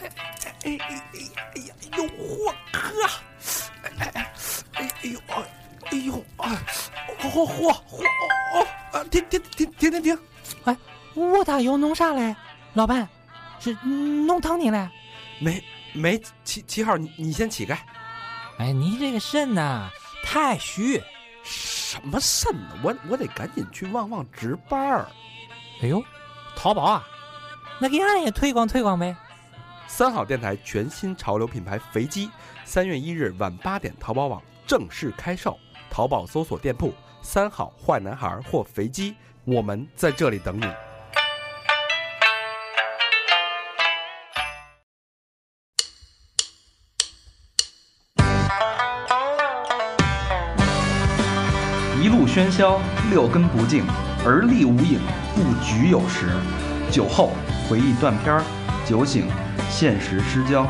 哎哎哎哎呀，哎呦我呵，哎哎哎哎呦哎哎呦哎，嚯嚯嚯哦哦啊！停停停停停停！哎，我打油弄啥嘞？老板，是弄疼你嘞？没没，七七号你你先起开。哎，你这个肾呐、太虚。什么肾呢？我我得赶紧去旺旺值班儿。哎呦，淘宝啊，那给俺也推广推广呗。三好电台全新潮流品牌肥鸡，三月一日晚八点，淘宝网正式开售。淘宝搜索店铺“三好坏男孩”或“肥鸡”，我们在这里等你。一路喧嚣，六根不净，而立无影，不局有时。酒后回忆断片儿，酒醒现实失焦。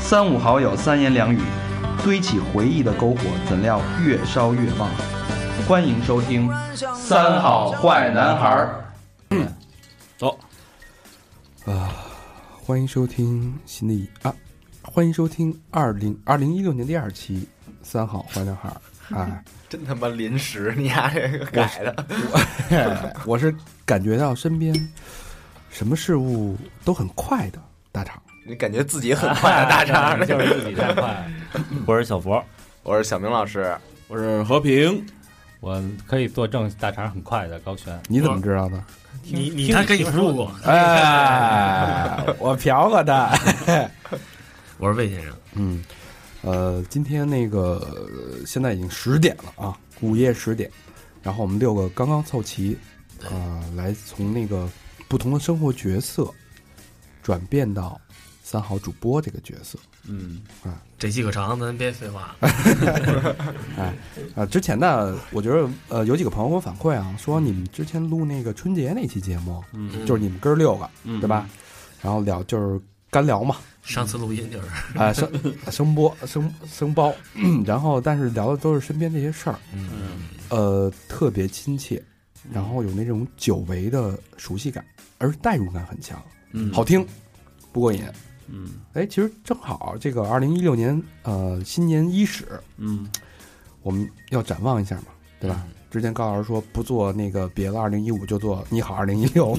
三五好友三言两语，堆起回忆的篝火，怎料越烧越旺。欢迎收听《三好坏男孩》。欢迎收听新的一啊，欢迎收听二零二零一六年第二期《三好坏男孩》啊，真他妈临时，你丫这个改的，哎我是感觉到身边什么事物都很快的大厂。你感觉自己很快的大肠。 就是自己太快。我是小佛，我是小明老师，我是和平，我可以作证，大肠很快的高轩。你怎么知道的？你你他跟你说过， 哎，我嫖过他。我是魏先生，嗯，呃，今天那个呃现在已经十点了啊，午夜十点，然后我们六个刚刚凑齐，啊、来从那个不同的生活角色转变到三好主播这个角色嗯，这期可长，咱别废话。啊、之前呢，我觉得呃有几个朋友给我反馈啊，说你们之前录那个春节那期节目，嗯就是你们哥儿六个，嗯对吧？然后聊就是干聊嘛，上次录音就是啊，生生播生生包，嗯然后但是聊的都是身边这些事儿，嗯，呃，特别亲切，然后有那种久违的熟悉感，而代入感很强，嗯好，听，不过瘾。嗯哎，其实正好这个二零一六年呃新年伊始，嗯我们要展望一下嘛，对吧？之前高老师说不做那个别了，二零一五就做你好二零一六，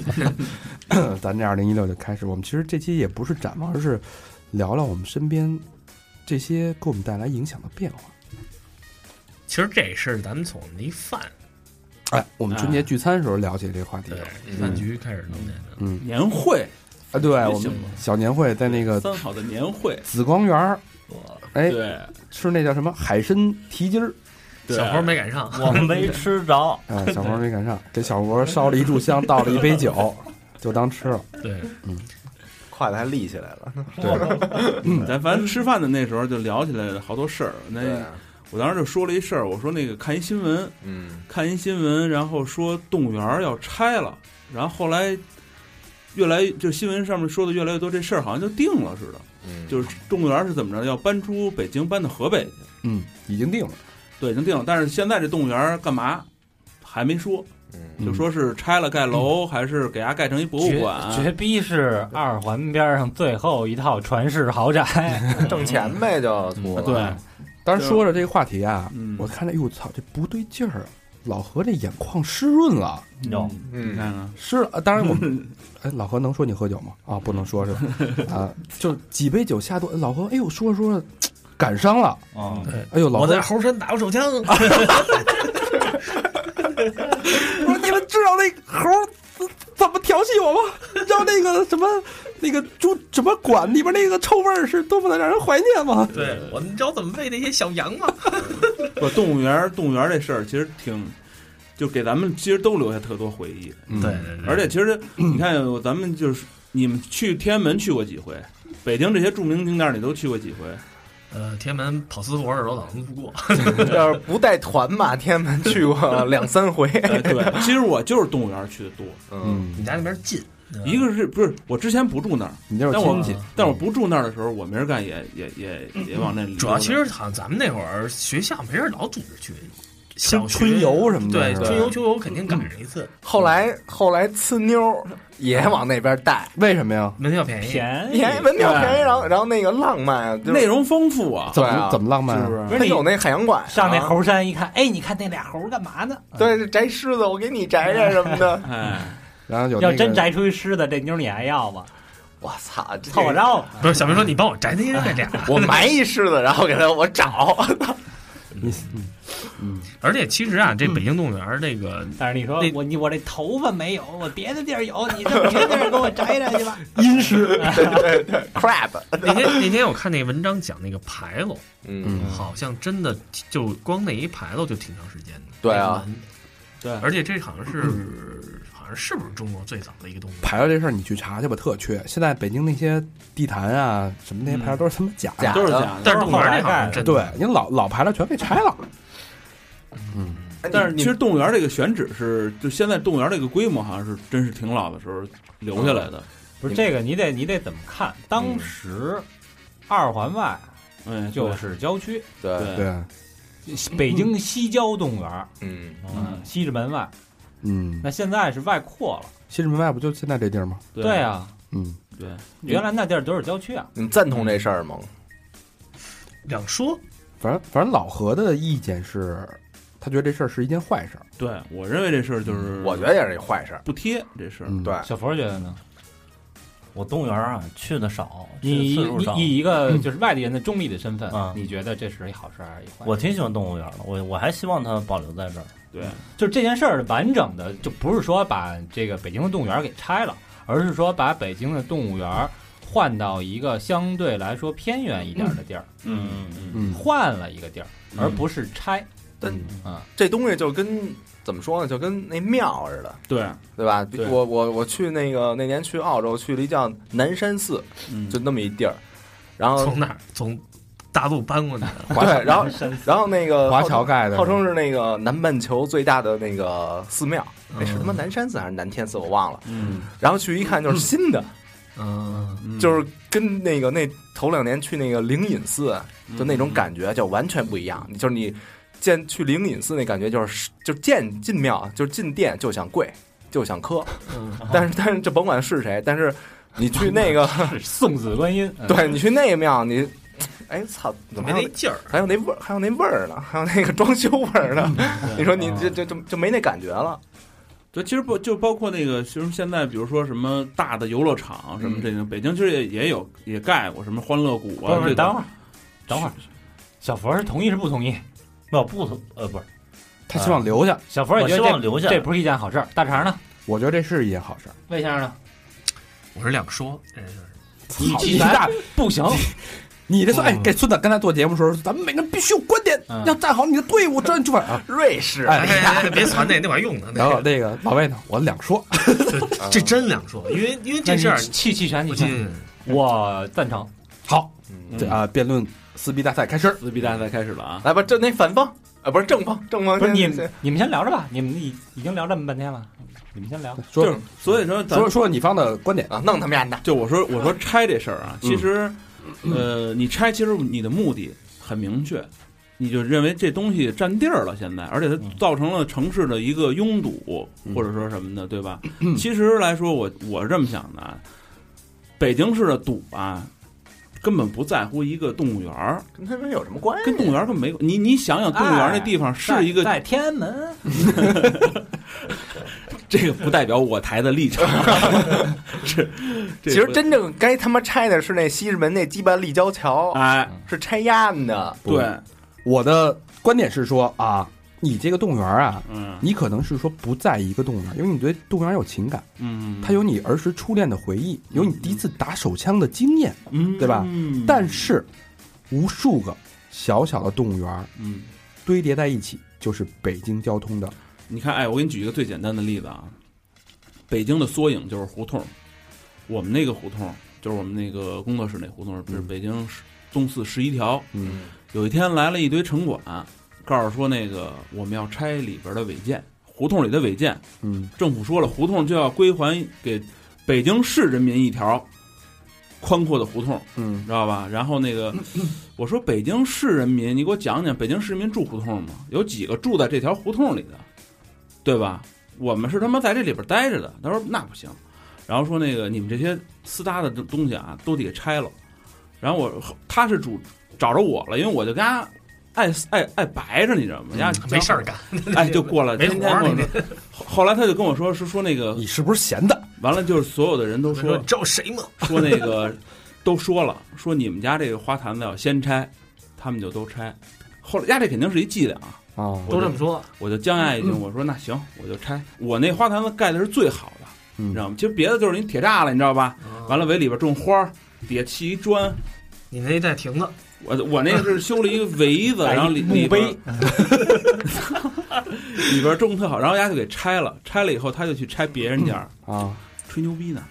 咱这二零一六就开始。我们其实这期也不是展望，而是聊聊我们身边这些给我们带来影响的变化。其实这事儿咱们从一饭哎，我们春节聚餐的时候聊起这个话题对了，饭局开始弄的，嗯，年会，啊，对，也我行们小年会在那个三好的年会，紫光园儿，哎，对，吃那叫什么海参蹄筋儿，对小猴没赶上，我没吃着。哎，小佛没赶上，给小佛烧了一炷香，倒了一杯酒，就当吃了。 对，筷子还立起来了。嗯咱反正吃饭的那时候就聊起来好多事儿。那对，啊我当时就说了一事儿，我说那个看一新闻，嗯，看一新闻，然后说动物园儿要拆了，然后后来越来就新闻上面说的越来越多，这事儿好像就定了似的。嗯就是动物园儿是怎么着，要搬出北京，搬到河北去，嗯，已经定了。对，已经定了。但是现在这动物园儿干嘛还没说，嗯，就说是拆了盖楼，还是给它盖成一博物绝馆？绝逼是二环边上最后一套传世豪宅。挣钱呗，就图了。对，当时说着这个话题啊，嗯我看着，哟，操，这不对劲儿啊，老何这眼眶湿润了，有你嗯，看看，湿了。呃当然我 们，哎，老何能说你喝酒吗？啊，不能说是吧？ 啊，就几杯酒下肚，哎老何，哎呦，说着说着，感伤了，嗯，哎呦，老我何在猴山打过手枪， 我说你们知道那猴儿怎怎么调戏我吗？你知道那个什么那个猪什么馆里边那个臭味儿是多么的让人怀念吗？对我你知道怎么喂那些小羊吗？不，动物园儿动物园儿这事儿其实挺，就给咱们其实都留下特多回忆。嗯对对对，而且其实你看，我咱们就是你们去天安门去过几回，北京这些著名景点儿你都去过几回？呃，天安门跑私活的时候老能路过，要是不带团吧，天安门去过两三回。哎，对，其实我就是动物园儿去的多。嗯， 你家那边近， 对吧一个是不是我之前不住那儿，你就是但我亲戚，嗯但我不住那儿的时候，我没人嗯干也也也也往那里溜达。主要其实好像咱们那会儿学校没人老组织去，小学春游什么的对是吧春游秋游肯定赶上一次，后来后来呲妞儿也往那边带，为什么呀？门票便宜，哎便宜便宜门票便宜，对然后然后那个浪漫啊，就是内容丰富啊，怎么、对啊怎么浪漫、啊？是不是？，不是它你有那海洋馆啊，上那猴山一看，哎，你看那俩猴干嘛呢？对摘狮子，我给你摘摘什么的哎，然后有、那要个、真摘出一狮子，这妞你还要吗？我操，这凑合着吧。不是小明说你帮我摘那那俩， 我埋一狮子，然后给他我找，你嗯而且其实啊，这北京动物园儿这个但是你说那我你我这头发没有，我别的地儿有，你这别的地儿给我摘摘去吧。阴湿， crap，那天那天我看那文章讲那个牌楼，嗯好像真的就光那一牌楼就挺长时间的。对啊，对而且这好像是、好像是不是中国最早的一个动物园？牌照这事儿你去查去吧，特缺。现在北京那些地坛啊什么那些牌照都是他妈假的，嗯假都是的假的。但是动物园这好像是真的对，你老老牌照全给拆了。嗯但是你其实动物园这个选址是，就现在动物园这个规模好像是真是挺老的时候留下来的。不是这个，你得你得怎么看？当时二环外嗯哎，就对是郊区，对，对，对，北京西郊动物园，嗯，嗯西直门外。嗯，那现在是外扩了，西直门外不就现在这地儿吗？对，啊，嗯，对，原来那地儿都是郊区啊。你赞同这事儿吗？两说，反正反正老何的意见是，他觉得这事儿是一件坏事儿。对我认为这事儿就是，嗯我觉得也是一坏事儿，不贴这事儿。嗯，对，，小佛觉得呢？我动物园啊去的少，你去的次数你少。以一个就是嗯外地人的中立的身份嗯，你觉得这是一好事还是一坏事？我挺喜欢动物园的，我我还希望它保留在这儿。对，就是这件事儿完整的，就不是说把这个北京的动物园给拆了，而是说把北京的动物园换到一个相对来说偏远一点的地儿，嗯嗯嗯，换了一个地儿，嗯而不是拆。但嗯这东西就跟怎么说呢，就跟那庙似的，嗯对，对吧？对我我我去那个那年去澳洲去了一叫南山寺，嗯就那么一地儿，然后从哪儿从大陆搬过来的？对，然后然后那个华侨盖的，呃号称是那个南半球最大的那个寺庙，那是嗯他妈南山寺还是南天寺，我忘了。嗯，然后去一看就是新的，嗯，嗯就是跟那个那头两年去那个灵隐寺，就那种感觉就完全不一样。就是你见去灵隐寺那感觉就是就见进庙就是进殿就想跪就想磕，嗯但是但是就甭管是谁，但是你去那个送子观音，嗯，对你去那个庙你。哎操！怎么没还有那劲儿。还有那味儿，还有那味儿呢，还有那个装修味儿呢？嗯你说你这这就就没那感觉了。就其实不就包括那个，其实现在比如说什么大的游乐场什么嗯这种，北京其实也也有也盖过什么欢乐谷啊不，这是，等会种儿，等会儿，小佛是同意是不同意？没有不同呃不是，他希望留下。小佛也我觉希得望留这下。这不是一件好事儿。大肠呢？我觉得这是一件好事儿。嗯魏先生呢？我是两说，哎真是你你既大然不行，你嗯这算哎，给孙子刚才做节目的时候，咱们每个人必须有观点，嗯要站好你的队伍，站出来啊！瑞士，哎哎哎，哎别传那那玩意儿用的，然后那那个老魏呢，我两说，个嗯这真两说，因为因为这事那儿你，弃弃权，你我弃记得我赞成。好，嗯这啊，辩论撕逼大赛开始，撕逼大赛开始了啊，来吧，这那反方啊，不是正方，正方不是你先们，你们先聊着吧，你们已已经聊这么半天了，你们先聊。说就是所以说咱说说你方的观点，啊，弄他们家的，就我说我说拆这事儿嗯啊，其实，呃，你拆其实你的目的很明确，你就认为这东西占地儿了，现在，而且它造成了城市的一个拥堵，嗯或者说什么的，对吧？其实来说，我我是这么想的，啊，北京市的堵啊，根本不在乎一个动物园儿，跟他们有什么关系？跟动物园儿根本没有。你你想想，动物园儿那地方是一个哎在在天安门， 这个不代表我台的立场， 是，这其实不真正该他妈拆的是那西直门那鸡巴立交桥，哎，是拆压的。不对，我的观点是说啊，你这个动物园啊，嗯你可能是说不在一个动物园，因为你对动物园有情感，嗯，它有你儿时初恋的回忆，有你第一次打手枪的经验，嗯，对吧嗯但是无数个小小的动物园嗯。堆叠在一起，就是北京交通的你看，哎，我给你举一个最简单的例子啊，北京的缩影就是胡同，我们那个胡同就是我们那个工作室那胡同，是北京十东四十一条。嗯，有一天来了一堆城管，告诉说那个我们要拆里边的违建，胡同里的违建，嗯政府说了，胡同就要归还给北京市人民一条宽阔的胡同，嗯 你知道吧？然后那个，我说北京市人民，你给我讲讲北京市民住胡同吗？有几个住在这条胡同里的，对吧？我们是他妈在这里边待着的。他说那不行，然后说那个你们这些私搭的东东西啊，都得给拆了。然后我他是主找着我了，因为我就跟他爱爱爱白着，你知道吗？人家嗯没事儿干，哎，就过来，没天天活儿跟我说后后来他就跟我说，是说那个你是不是闲的？完了，就是所有的人都我说说你知道谁吗？说那个都说了，说你们家这个花坛子要先拆，他们就都拆。后来家这肯定是一伎俩，啊，我都就这么说，我就将爱一听，我说那行，我就拆。我那花坛子盖的是最好的，你知道吗？其实别的就是你铁栅栏，你知道吧？完了，围里边种花儿，底下砌一砖。你那带亭子，我我那是修了一个围子，然后里里边 里边种特好，然后人家就给拆了。拆了以后，他就去拆别人家，啊，吹牛逼呢，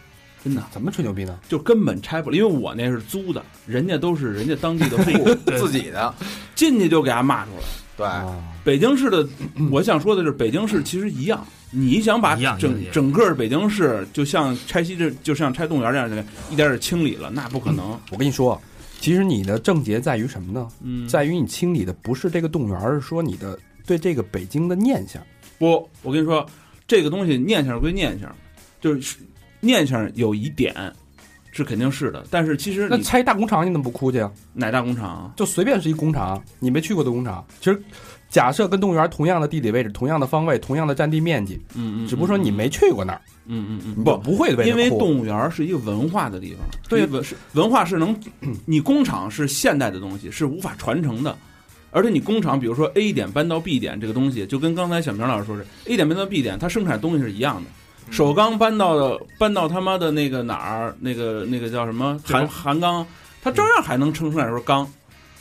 真的。怎么吹牛逼呢？就根本拆不了，因为我那是租的，人家都是人家当地 的户，自己的，嗯进去就给他骂出来。对，啊，北京市 的，我想说的是，北京市其实一样，你想把一样整一样整个北京市就像拆西这，就像拆动物园这样的，一点点清理了，那不可能。我跟你说，其实你的症结在于什么呢？嗯在于你清理的不是这个动物园，而是说你的对这个北京的念想。不，我跟你说，这个东西念想归念想，就是念想有一点是肯定是的，但是其实那你拆大工厂你怎么不哭去啊？哪大工厂啊？就随便是一工厂，你没去过的工厂，其实假设跟动物园同样的地理位置、同样的方位、同样的占地面积，嗯嗯，只不过说你没去过那儿，嗯嗯嗯你就不会为它因为哭动物园儿是一个文化的地方，对是文是文化是能，你工厂是现代的东西，是无法传承的。而且你工厂，比如说 A 点搬到 B 点这个东西，就跟刚才小明老师说是 A 点搬到 B 点，它生产的东西是一样嗯的。首钢搬到的搬到他妈的那个哪儿，那个那个叫什么对韩韩钢，它照样还能生出来说钢，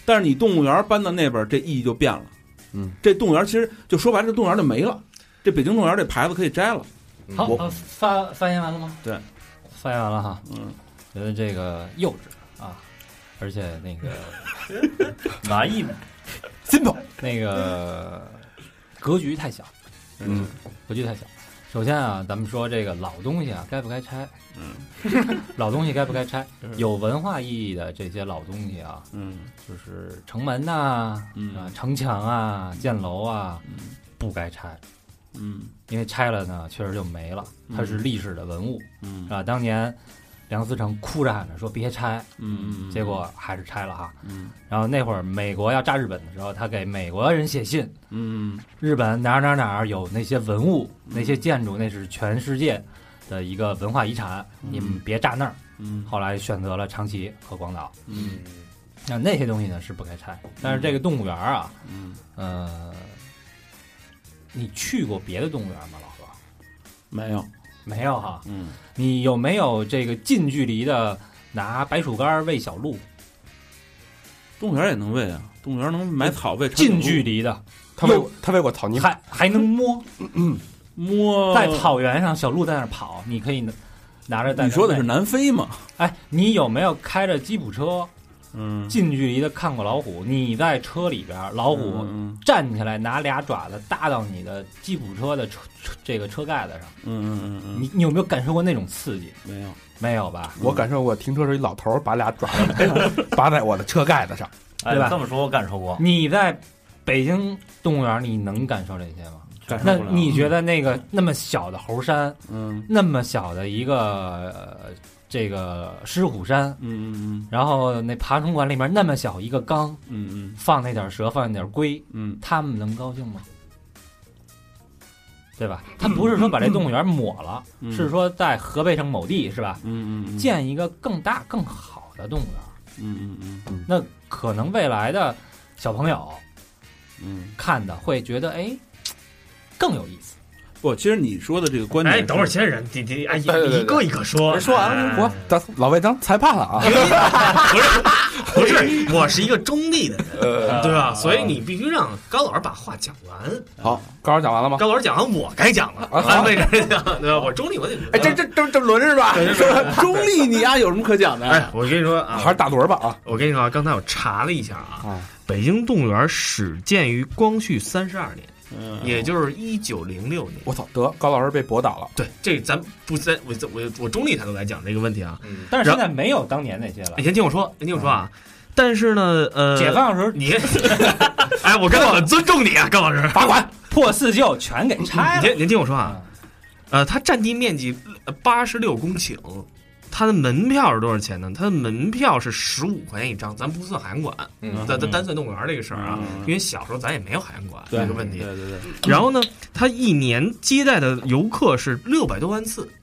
但是你动物园儿搬到那边儿，这意义就变了。嗯，这动物园儿其实就说白了，这动物园儿就没了，这北京动物园儿这牌子可以摘了。嗯好，我呃发发言完了吗？对，发言完了哈。嗯，觉得这个幼稚啊，而且那 个难以 simple 那个格局太小，嗯，格局太小。首先啊，咱们说这个老东西啊，该不该拆？嗯， 老东西该不该拆？嗯有文化意义的这些老东西啊，嗯就是城门呐、啊、嗯城墙啊、建楼啊，嗯不该拆，嗯因为拆了呢，确实就没了，它是历史的文物，嗯是吧？当年梁思成哭着喊着说别拆，嗯，嗯结果还是拆了哈。嗯然后那会儿美国要炸日本的时候，他给美国人写信，嗯日本哪儿哪儿哪儿有那些文物、那些建筑，那是全世界的一个文化遗产，嗯你们别炸那儿。嗯后来选择了长崎和广岛，嗯那那些东西呢是不该拆。但是这个动物园儿啊，嗯，呃，你去过别的动物园吗，老何？没有，没有哈。嗯，你有没有这个近距离的拿白薯干儿喂小鹿？动物园也能喂啊，动物园能买草喂，近距离的，他为我他为我草泥马，还还能摸，摸，在草原上小鹿在那儿跑，你可以拿拿着在那儿你说的喂是南非吗？哎，你有没有开着吉普车嗯，近距离的看过老虎？你在车里边儿，老虎嗯站起来拿俩爪子搭到你的吉普车的车车这个车盖子上，嗯嗯嗯，你你有没有感受过那种刺激？没有，没有吧？我感受过停车时候一老头儿把俩爪 子扒在我的车盖子上，哎对吧这么说我感受过，你在北京动物园，你能感受这些吗？感那受不了。你觉得那个那么小的猴山，嗯那么小的一个、呃、这个狮虎山，嗯嗯然后那爬虫馆里面那么小一个缸，嗯嗯放那点蛇，放那点龟，嗯他们能高兴吗？对吧？他不是说把这动物园抹了，嗯，是说在河北省某地是吧，嗯嗯建一个更大更好的动物园，嗯嗯嗯那可能未来的小朋友嗯，看的会觉得哎更有意思。不，其实你说的这个观点，哎，等会儿，先人，你你哎，一对对对一个一个说，人说完了哎我咱老魏当裁判了啊，哎不是，我是一个中立的人，呃，对吧？所以你必须让高老师把话讲完。好，高老师讲完了吗？啊高老师讲完，我该讲了，安慰人讲，对吧？我中立，我得哎，这这这这轮是吧？中立你啊，有什么可讲的？哎，我跟你说啊，还是大轮儿吧啊，我跟你说啊，刚才我查了一下啊啊，北京动物园始建于光绪三十二年，嗯，也就是一九零六年。我操，得高老师被驳倒了，对，这咱不咱我我我中立态度来讲这个问题啊。哎但是然现在没有当年那些了你，先听我说，你听我说啊，但是呢，呃，解放的时候你 哎，我刚好尊重你啊，高老师。罚款破四旧全给嗯拆了，您听您听我说啊，呃，它占地面积八十六公顷，它的门票是多少钱呢？它的门票是十五块钱一张，咱不算海洋馆，嗯咱咱单算动物园这个事儿啊，嗯因为小时候咱也没有海洋馆这个问题。对对然后呢，它一年接待的游客是六百多万次。嗯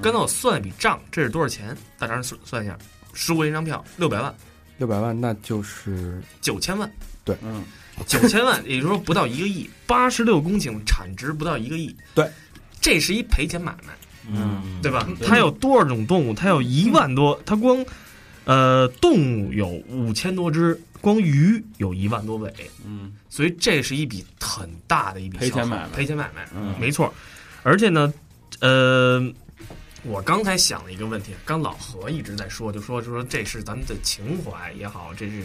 刚才我算了一笔账，这是多少钱？大张算算一下，十五块钱一张票，六百万，六百万，那就是九千万。对，嗯，九千万，也就是说不到一个亿，八十六公顷产值不到一个亿。对，这是一赔钱买卖。嗯，对吧？它有哦多少种动物？它嗯有一万多，它光呃动物有五千多只，光鱼有一万多尾，嗯所以这是一笔很大的一笔赔钱消耗买卖赔钱买卖，嗯没错。而且呢，呃，我刚才想了一个问题，刚老何一直在说，就说就说这是咱们的情怀也好，这是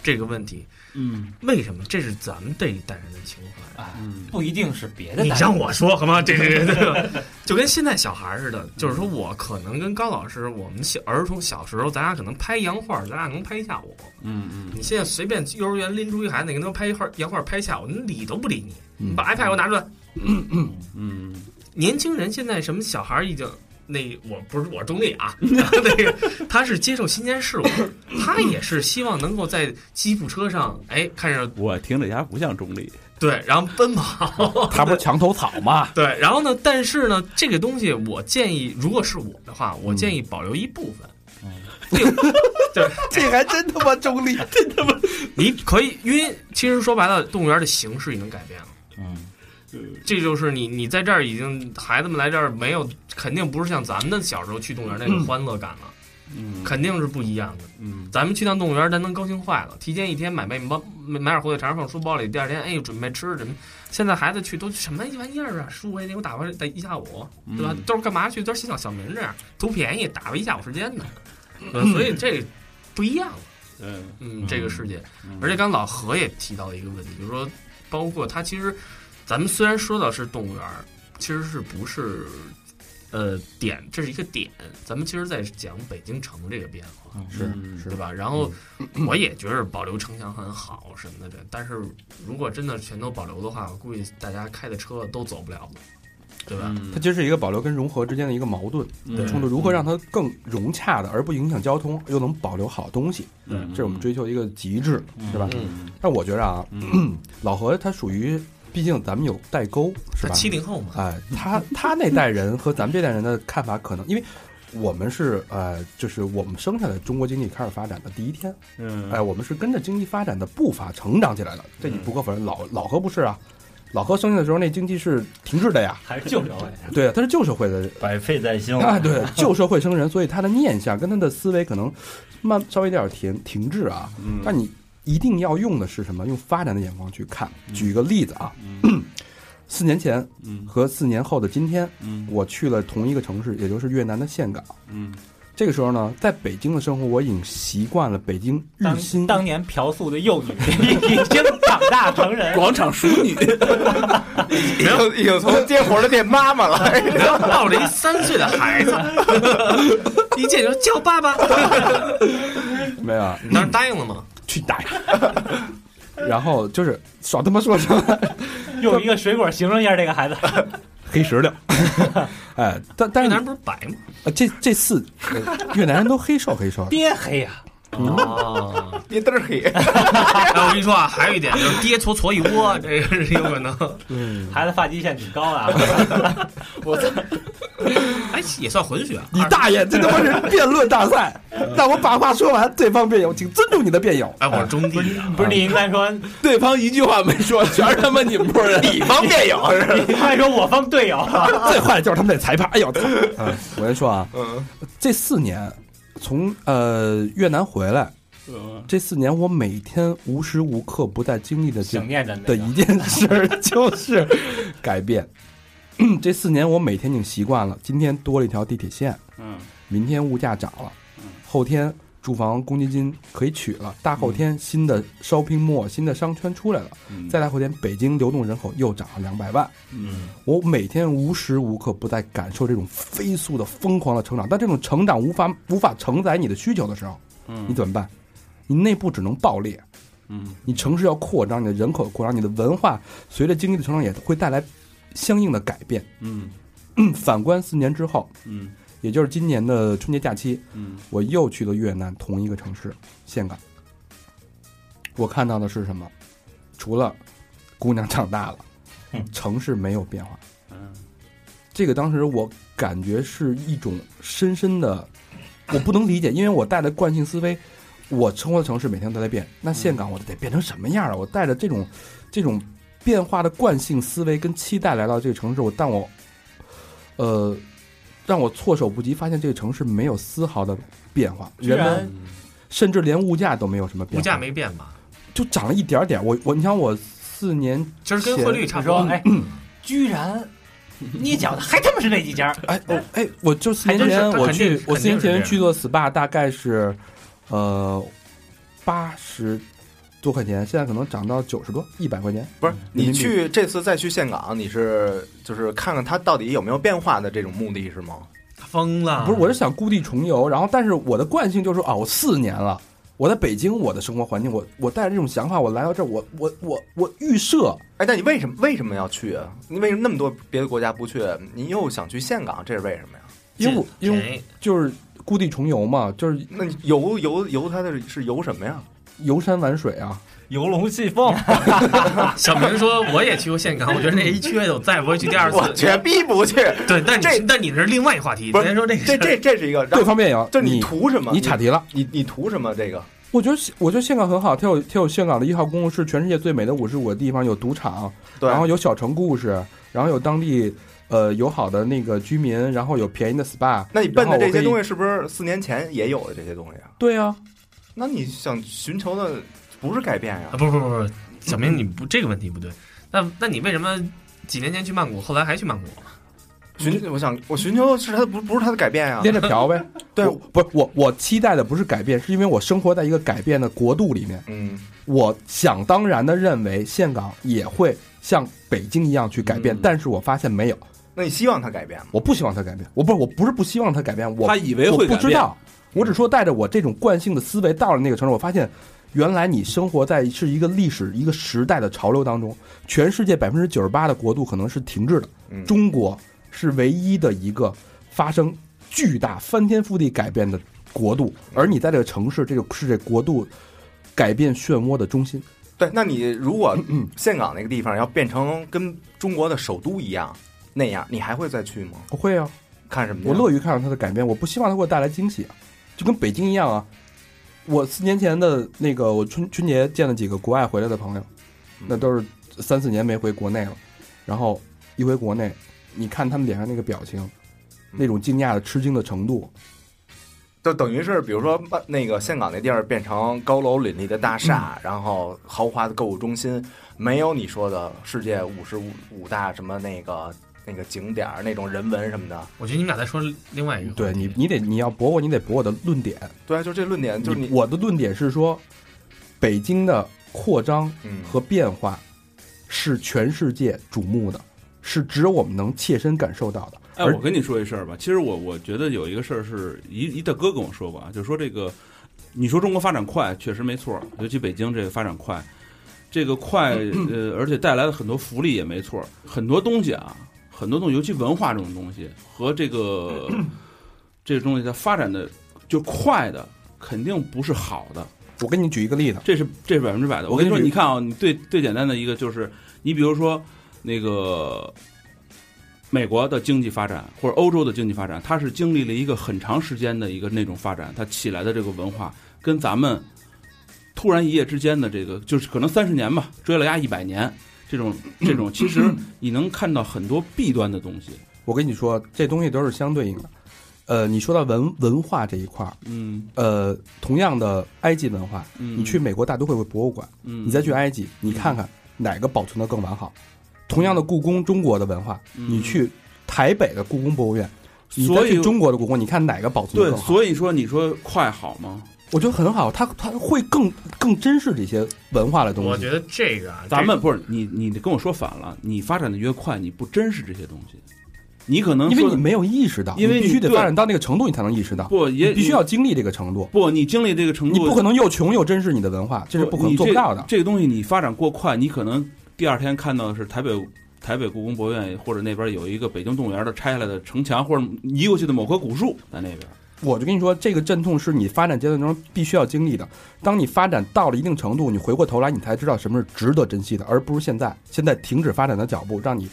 这个问题，嗯为什么这是咱们这一代人的情怀？嗯不一定是别的你单位。让我说好吗？这这这嗯这， 就跟现在小孩似的，就是说我可能跟高老师，我们小儿童小时候，咱俩可能拍洋画，咱俩能拍一下午。嗯嗯你现在随便幼儿园拎出一孩子，你跟他拍一画洋画拍一下午，你理都不理你，你把 iPad 给我拿出来。嗯年轻人现在什么小孩已经。那我不是我中立 啊，那个他是接受新鲜事物，他也是希望能够在吉普车上，哎，看着我听着家不像中立，对，然后奔跑，哦他不是墙头草吗？对，然后呢？但是呢，这个东西我建议，如果是我的话，我建议保留一部分。嗯 这还真他妈中 立，你可以，因为其实说白了，动物园的形式已经改变了。嗯，这就是你你在这儿已经孩子们来这儿没有，肯定不是像咱们小时候去动物园那种欢乐感了，嗯肯定是不一样的。嗯咱们去趟动物园，咱能高兴坏了，提前一天买面包，买买点火腿肠放书包里，第二天哎准备吃什么？现在孩子去都什么玩意儿啊？十五块钱给我打发得一下午，对吧？嗯都是干嘛去？都是小小明这样图便宜，打发一下午时间呢。呃所以这不一样了，嗯嗯，这个世界。嗯而且刚才老何也提到一个问题，就是说，包括它其实，咱们虽然说到是动物园儿，其实是不是呃点，这是一个点，咱们其实在讲北京城这个变啊化。是嗯是对吧？然后 我也觉得保留城墙很好什么的，这但是如果真的全都保留的话，我估计大家开的车都走不了了，对吧？它其实是一个保留跟融合之间的一个矛盾嗯冲突，如何让它更融洽的，而不影响交通，又能保留好东西，嗯这是我们追求一个极致，对吧？嗯但我觉着啊，老何他属于，毕竟咱们有代沟，是他吧？七零后嘛，哎，他他那代人和咱们这代人的看法可能，因为我们是呃，就是我们生下来中国经济开始发展的第一天，嗯哎，我们是跟着经济发展的步伐成长起来的，这你不可否认。老老何不是啊，老何生下来的时候那经济是停滞的呀，还是旧社会，对啊，他是旧社会的人 百废待兴 啊，对，旧社会生人，所以他的念想跟他的思维可能慢稍微有点停停滞啊。嗯但你一定要用的是什么？用发展的眼光去看。嗯举一个例子啊， 四年前嗯和四年后的今天，嗯我去了同一个城市，也就是越南的岘港。嗯这个时候呢，在北京的生活，我已经习惯了北京日当新当年嫖宿的幼女 已经长大成 人，广场淑女，已经已经从接活的变妈妈了。不要 抱着一三岁的孩子， 一见就叫爸爸，没有啊你当时答应了吗？去打。 然后就是少他妈说什么 用一个水果形容一下这个孩子，黑石榴， 哎，但但越是南人不是白吗？呃这这四越南人都黑瘦黑瘦，爹黑呀、哦，你嘚儿黑，哎，我跟你说啊，还有一点就是爹搓搓一窝，这个是有可能，孩子发际线挺高的啊，哎，也算混 血啊。你大爷，这他妈是辩论大赛，让我把话说完，对方辩友，请尊重你的辩友。哎，我是中地的，不是你应该说，你啊对方一句话没说，全是他妈你们波人。你方 便有是？应该说我方队友啊， 最坏的就是他们那裁判，哎呦，操！嗯我跟你说啊，嗯，这四年从呃越南回来，嗯这四年我每天无时无刻不在经历的这想念着那的个一件事儿就是改变。嗯这四年我每天已经习惯了，今天多了一条地铁线，嗯明天物价涨了，后天住房公积金可以取了，大后天新的 shopping mall 新的商圈出来了，嗯再大后天北京流动人口又涨了两百万。嗯我每天无时无刻不在感受这种飞速的疯狂的成长，但这种成长无法无法承载你的需求的时候，嗯你怎么办？你内部只能爆裂，嗯，你城市要扩张，你的人口扩张，你的文化随着经济的成长也会带来相应的改变。嗯反观四年之后，嗯也就是今年的春节假期，嗯我又去了越南同一个城市岘港，我看到的是什么？除了姑娘长大了，城市没有变化。嗯这个当时我感觉是一种深深的，我不能理解，因为我带着惯性思维，我生活的城市每天都在变，那岘港我得变成什么样了？我带着这种这种变化的惯性思维跟期待来到这个城市，我但我呃让我措手不及，发现这个城市没有丝毫的变化，居人们然甚至连物价都没有什么变化，物价没变吧？就涨了一点点。我我你想我四年就是跟汇率差他不说多。哎，居然你讲的还他妈是那几家， 哎，我哎，我就四还年真是前他我肯定去是，我四年肯定是前这样去做 SPA 大概是，呃，八十多块钱，现在可能涨到九十多，一百块钱。不是你民币去这次再去岘港，你是就是看看它到底有没有变化的这种目的是吗？疯了！不是，我是想故地重游，然后但是我的惯性就是啊，我四年了，我在北京，我的生活环境，我我带着这种想法，我来到这儿，我我我我预设，哎，那你为什么为什么要去啊？你为什么那么多别的国家不去？啊你又想去岘港，这是为什么呀？因为我因为为就是故地重游嘛，就是那你游游游它的是游什么呀？游山玩水啊，游龙戏凤，小明说我也去过岘港，我觉得那一去我再也不会去第二次。我绝逼不去。对，那这你那你这是另外一话题，不咱是先说这个事 这儿。这这是一个，然各后方面也要就是你你图什么？你岔题了。你你图什么？这个我觉得，我觉得岘港很好，它有它有岘港的一号公路是全世界最美的五十五个地方，有赌场，对然后有小城故事，然后有当地呃友好的那个居民，然后有便宜的 SPA。那你奔的这些东西，西是不是四年前也有的这些东西啊？对啊，那你想寻求的不是改变呀、啊，不不不不，小明你不这个问题不对。那那你为什么几年前去曼谷，后来还去曼谷？寻我想我寻求的是它的不不是它的改变呀、连着嫖呗。啊 对我不是我我期待的不是改变，是因为我生活在一个改变的国度里面，嗯，我想当然的认为岘港也会像北京一样去改变，嗯但是我发现没有，那你希望它改变吗？我不希望它改变，我不是我不是不希望它改变，我他以为会我改不知变，道，我只说带着我这种惯性的思维到了那个城市，我发现原来你生活在是一个历史、一个时代的潮流当中。全世界百分之九十八的国度可能是停滞的，嗯，中国是唯一的一个发生巨大翻天覆地改变的国度，而你在这个城市，这个是这国度改变漩涡的中心。对，那你如果嗯岘港那个地方要变成跟中国的首都一样那样，你还会再去吗？我会啊，看什么呀？我乐于看到它的改变，我不希望它给我带来惊喜啊，就跟北京一样啊。我四年前的那个，我春春节见了几个国外回来的朋友，嗯那都是三四年没回国内了，然后一回国内，你看他们脸上那个表情，嗯那种惊讶的、吃惊的程度，就等于是，比如说把那个岘港那地儿变成高楼林立的大厦，嗯然后豪华的购物中心，没有你说的世界五十五五大什么那个那个景点儿那种人文什么的。我觉得你们俩在说另哎外一个。对你，，你得你要驳我，你得驳我的论点，对啊，就这论点，就是你，我的论点是说，北京的扩张嗯，和变化是全世界瞩目的，是只有我们能切身感受到的，哎，而我跟你说一事儿吧，其实我我觉得有一个事儿是一一大哥跟我说过啊，就是说这个，你说中国发展快，确实没错儿，尤其北京这个发展快，这个快呃，而且带来了很多福利也没错儿，很多东西啊，很多东西，尤其文化这种东西和这个这个东西它发展的就快的。肯定不是好的，我给你举一个例子，这是这是百分之百的。我我跟跟你你比说，你看啊，你最最简单的一个就是，你比如说那个美国的经济发展或者欧洲的经济发展，它是经历了一个很长时间的一个那种发展，它起来的这个文化跟咱们突然一夜之间的这个，就是可能三十年吧，追了 压一百年。这种这种，其实你能看到很多弊端的东西。我跟你说，这东西都是相对应的。呃，你说到文文化这一块儿，嗯呃，同样的埃及文化，嗯，你去美国大都会博物馆，嗯，你再去埃及，你看看哪个保存的更完好。同样的故宫，中国的文化，嗯你去台北的故宫博物院，你再所以去中国的故宫，你看哪个保存的对，更好？所以说你说快好吗？我觉得很好，它它会更更珍视这些文化的东西。我觉得这个啊，咱们不是你，你跟我说反了。你发展的越快，你不珍视这些东西，你可能因为说你没有意识到，因为你必须得你对发展到那个程度，你才能意识到，不也你必须要经历这个程度，不，你经历这个程你度，不可能又穷又珍视你的文化，这是不可能你做不到的。这个东西你发展过快，你可能第二天看到的是台北台北故宫博物院或者那边有一个北京动物园的拆下来的城墙，或者移过去的某棵古树在那边。我就跟你说，这个阵痛是你发展阶段中必须要经历的。当你发展到了一定程度，你回过头来，你才知道什么是值得珍惜的，而不是现在现在停止发展的脚步，让你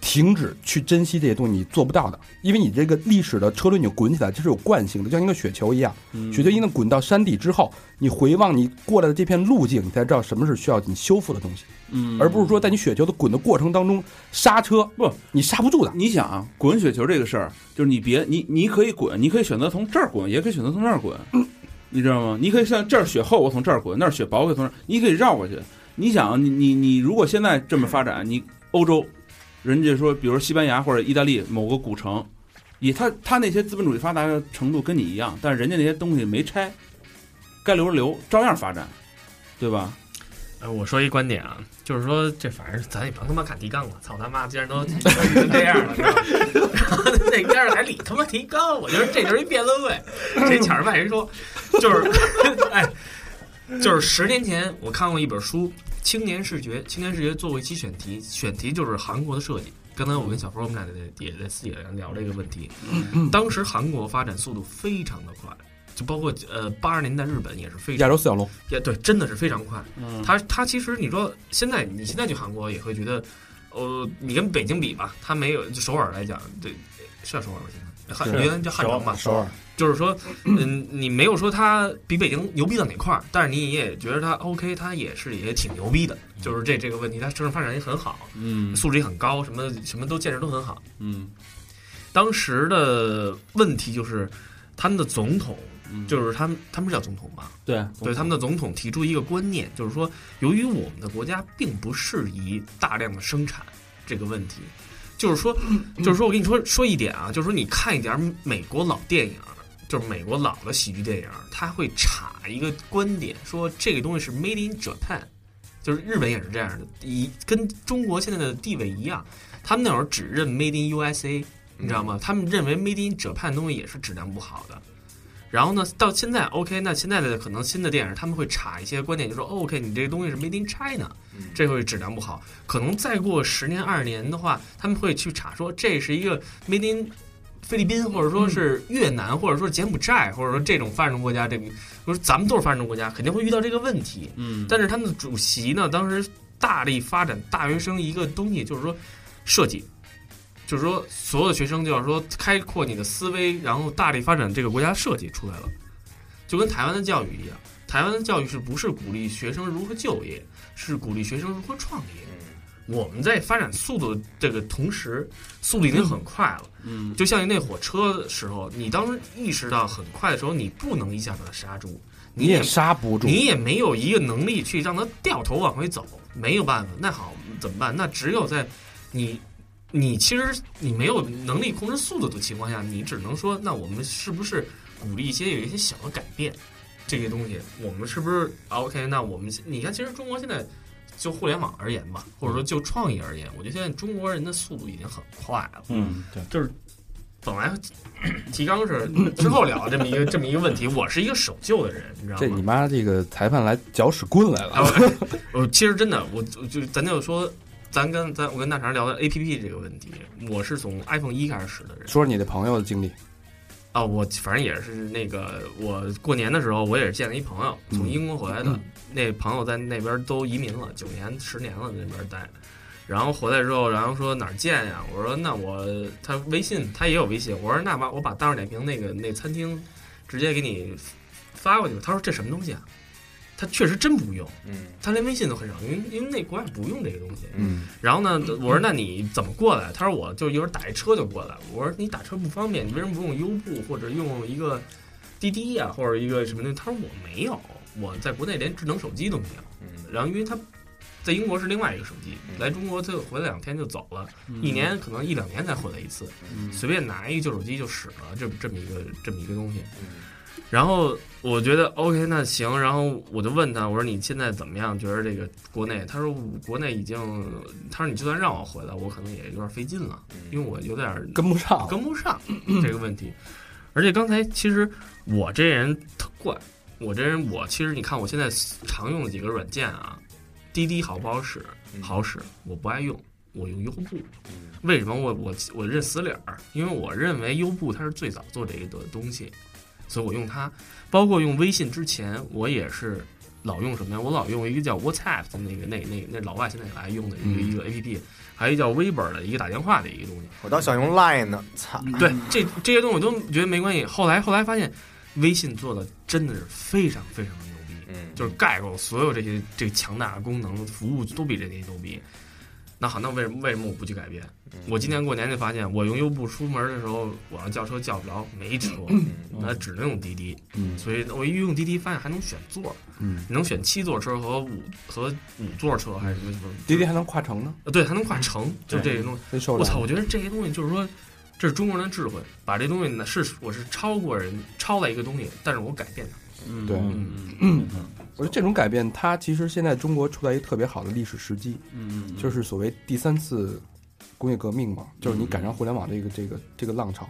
停止去珍惜这些东西，你做不到的。因为你这个历史的车轮你滚起来，这是有惯性的，就像一个雪球一样，嗯雪球一旦滚到山底之后，你回望你过来的这片路径，你才知道什么是需要你修复的东西，嗯而不是说在你雪球的滚的过程当中刹车，不，你刹不住的。你想啊，滚雪球这个事儿，就是你别你你可以滚，你可以选择从这儿滚，也可以选择从那儿滚，你知道吗？你可以像这儿雪厚，我从这儿滚；那儿雪薄，我从这儿，你可以绕过去。你想啊，你你你如果现在这么发展，你欧洲，人家说，比如西班牙或者意大利某个古城，以他他那些资本主义发达的程度跟你一样，但是人家那些东西没拆，该留着留，照样发展，对吧？哎，我说一观点啊，就是说这反正咱也甭他妈砍提纲了，操他妈，既然都 已经这样了，是吧 然后那边儿还理他妈提纲，我觉得这就是一辩论会。这巧儿外人说，就是哎，就是十年前我看过一本书《青年视觉》，《青年视觉》做过一期选题，选题就是韩国的设计。刚才我跟小峰我们俩也在私底下聊这个问题，当时韩国发展速度非常的快，就包括呃八十年代日本也是非亚常洲四小龙，也对，真的是非常快。嗯他他其实你说现在你现在去韩国也会觉得，呃，你跟北京比吧，他没有就首尔来讲，对，是叫首尔吧？现在汉是原来叫汉城吧，首尔，就是说，嗯，你没有说他比北京牛逼到哪块儿，但是你也觉得他 OK，他也是也挺牛逼的。就是这这个问题，他城市发展也很好，嗯素质也很高，什么什么都建设都很好。嗯，当时的问题就是，他们的总统嗯就是他们他们是叫总统吧？对对他们的总统提出一个观念，就是说，由于我们的国家并不适宜大量的生产这个问题，就是说，就是说我跟你说说一点啊，就是说你看一点美国老电影，就是美国老的喜剧电影，他会插一个观点，说这个东西是 made in Japan，就是日本也是这样的，以跟中国现在的地位一样，他们那会儿只认 made in USA，你知道吗？他们认为 made in Japan 东西也是质量不好的。然后呢，到现在 OK，那现在的可能新的电影他们会查一些观点，就说哦 OK，你这个东西是 Made in China，这嗯会质量不好。可能再过十年二十年的话，他们会去查说这是一个 Made in 菲律宾，或者说是越南，或者说柬埔寨，或者说这种发展中国家，这个我说咱们都是发展中国家，肯定会遇到这个问题。嗯，但是他们的主席呢，当时大力发展大学生一个东西，就是说设计，就是说所有的学生就要说开阔你的思维，然后大力发展这个国家设计出来了，就跟台湾的教育一样。台湾的教育是不是鼓励学生如何就业，是鼓励学生如何创业？我们在发展速度这个同时，速度已经很快了。嗯就像那火车的时候，你当时意识到很快的时候，你不能一下把它刹住，你也刹不住你也没有一个能力去让它掉头往回走，没有办法。那好，怎么办？那只有在你你其实你没有能力控制速度的情况下，你只能说，那我们是不是鼓励一些有一些小的改变？这些东西，我们是不是啊 OK？那我们你看，其实中国现在就互联网而言吧，或者说就创意而言，我觉得现在中国人的速度已经很快了。嗯，对，本来提纲是之后聊这么一个这么一个问题，我是一个守旧的人，你知道吗？这你妈这个裁判来搅屎棍来了，我我呃其实真的，我就就咱就说，咱跟咱我跟大肠聊的 A P P 这个问题，我是从 iPhone 一开始使的人说说你的朋友的经历。啊、我反正也是那个，我过年的时候我也是见了一朋友，从英国回来的，那朋友在那边都移民了，九年十年了在那边待。然后回来之后，然后说哪儿见呀？我说那我他微信他也有微信，我说那把我把大众点评那个那餐厅直接给你发过去吧。他说这什么东西啊？他确实真不用，嗯，他连微信都很少，因为因为那国外不用这个东西。嗯，然后呢，我说那你怎么过来？他说我就一会儿打一车就过来。我说你打车不方便，你为什么不用优步或者用一个滴滴呀、或者一个什么的？他说我没有，我在国内连智能手机都没嗯有。嗯然后因为他在英国是另外一个手机，来中国他就回来两天就走了，一年可能一嗯两年才回来一次，随便拿一旧手机就使了这这么一个这么一个东西。然后我觉得 OK，那行。然后我就问他，我说你现在怎么样？觉得这个国内？他说国内已经，他说你就算让我回来，我可能也有点费劲了，嗯因为我有点跟不上，跟不上这个问题。而且刚才其实我这人特怪，我这人我其实你看我现在常用的几个软件啊，滴滴好不好使？好使，我不爱用，我用优步。嗯为什么我我我认死理儿？因为我认为优步它是最早做这个的东西，所以我用它。包括用微信之前，我也是老用什么呀？我老用一个叫 WhatsApp 的那个那那那老外现在也爱用的一个、一个 APP，还有一个叫 Viber 的一个打电话的一个东西。我倒想用 Line 呢，操！对，这这些东西我都觉得没关系。后来后来发现，微信做的真的是非常非常的牛逼，嗯，就是概括所有这些这个强大的功能服务都比这些牛逼。那好，那为什么为什么我不去改变？我今年过年就发现，我用优步出门的时候，我要叫车叫不着，没车，那只能用滴滴。嗯所以我一用滴滴发现还能选座，嗯，你能选七座车和五和五座车还是什么什么？滴滴还能跨城呢，呃对，还能跨城，就这个东西。真受不我了。操！我觉得这些东西就是说，这是中国人的智慧，把这东西呢是我是超过人，超了一个东西，但是我改变它。嗯对嗯我觉得这种改变，它其实现在中国处在一个特别好的历史时机，嗯，嗯就是所谓第三次工业革命嘛，就是你赶上互联网这个这个这个浪潮，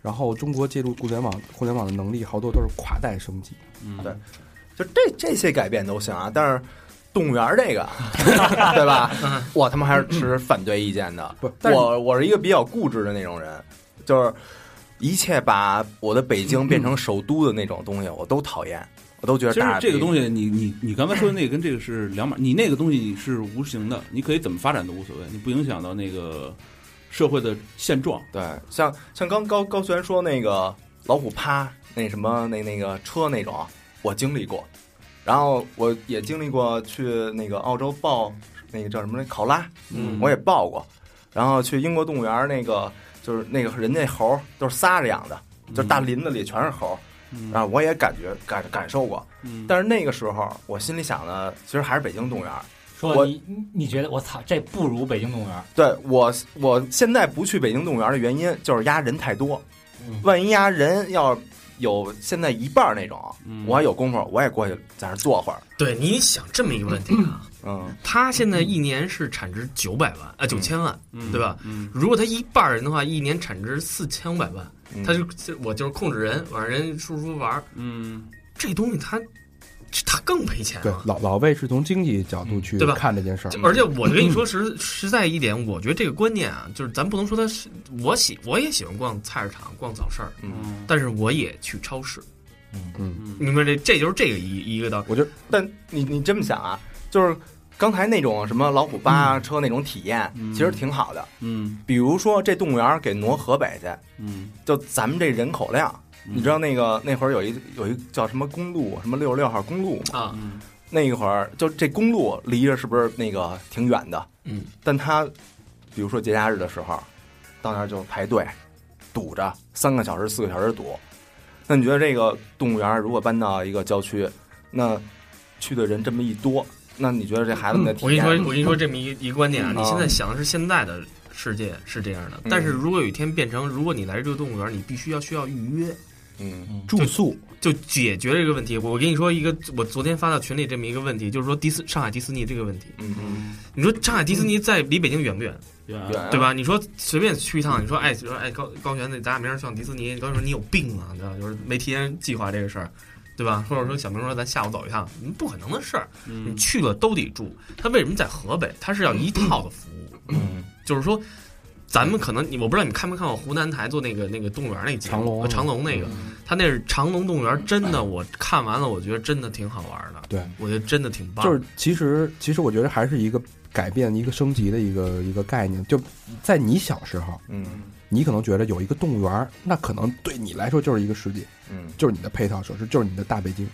然后中国借助互联网互联网的能力，好多都是跨代升级。嗯对就这这些改变都行啊，但是动物园儿这个， 对 吧？我他妈还是持反对意见的。不是但是我我是一个比较固执的那种人，就是一切把我的北京变成首都的那种东西，我都讨厌，我都觉得其实大这个东西，西，你你你刚才说的那个跟这个是两码，你那个东西是无形的，你可以怎么发展都无所谓，你不影响到那个社会的现状。对，像像刚高高璇说那个老虎趴那什么那那个车那种，我经历过，然后我也经历过去那个澳洲报那个叫什么那考拉，嗯我也报过，然后去英国动物园儿那个就是那个人家猴儿都是仨着养的，就是大林子里全是猴儿，嗯然后我也感觉感感受过，嗯但是那个时候我心里想的其实还是北京动物园儿。我说你你你觉得我操，这不如北京动物园儿，对我我现在不去北京动物园儿的原因就是压人太多，万一压人要有现在一半儿那种，嗯我还有功夫我也过去在那儿坐会儿，对，你想这么一个问题啊，嗯，它现在一年是产值九百万啊九千万，嗯对吧？嗯如果它一半人的话，一年产值四千五百万，嗯它就就我就是控制人，我让人舒舒服服玩儿，嗯，这东西它这它更赔钱对了，。老老魏是从经济角度去对吧看这件事儿嗯就，而且我跟你说实实在一点，我觉得这个观念啊，就是咱不能说它是我喜我也喜欢逛菜市场、逛早市儿，嗯但是我也去超市，嗯，嗯明白这这就是这个一一个道。我就但你你这么想啊，就是刚才那种什么老虎扒车那种体验，嗯其实挺好的。嗯比如说这动物园给挪河北去，嗯，就咱们这人口量，你知道那个那会儿有一有一叫什么公路，什么六十六号公路嘛，啊，嗯那一会儿就这公路离着是不是那个挺远的？嗯，但他比如说节假日的时候，到那儿就排队堵着三个小时、四个小时堵。那你觉得这个动物园如果搬到一个郊区，那去的人这么一多，那你觉得这孩子们的体我跟你验？说，我跟你说这么一一个观点啊，嗯你现在想的是现在的世界是这样的，但是如果有一天变成，如果你来这个动物园，你必须要需要预约，嗯住宿就解决这个问题。我跟你说一个，我昨天发到群里这么一个问题，就是说迪斯上海迪士尼这个问题，嗯嗯，你说上海迪士尼在离北京远不远？对对对？嗯吧？你说随便去一趟，你说哎，说哎高高璇，那咱俩明儿上迪士尼，高璇说你有病啊，你知道就是没提前计划这个事儿，对吧？或者说小明说咱下午走一趟，嗯不可能的事儿，嗯你去了都得住。他为什么在河北？他是要一套的服务，就是说。咱们可能你我不知道你看没看过湖南台做那个那个动物园那个节目长隆嗯呃长隆那个，他那是长隆动物园，真的我看完了，我觉得真的挺好玩的，对，我觉得真的挺棒就的，是其实其实我觉得还是一个改变、一个升级的一个一个概念。就在你小时候，嗯你可能觉得有一个动物园儿，那可能对你来说就是一个世界，嗯就是你的配套设施，就是你的大北京。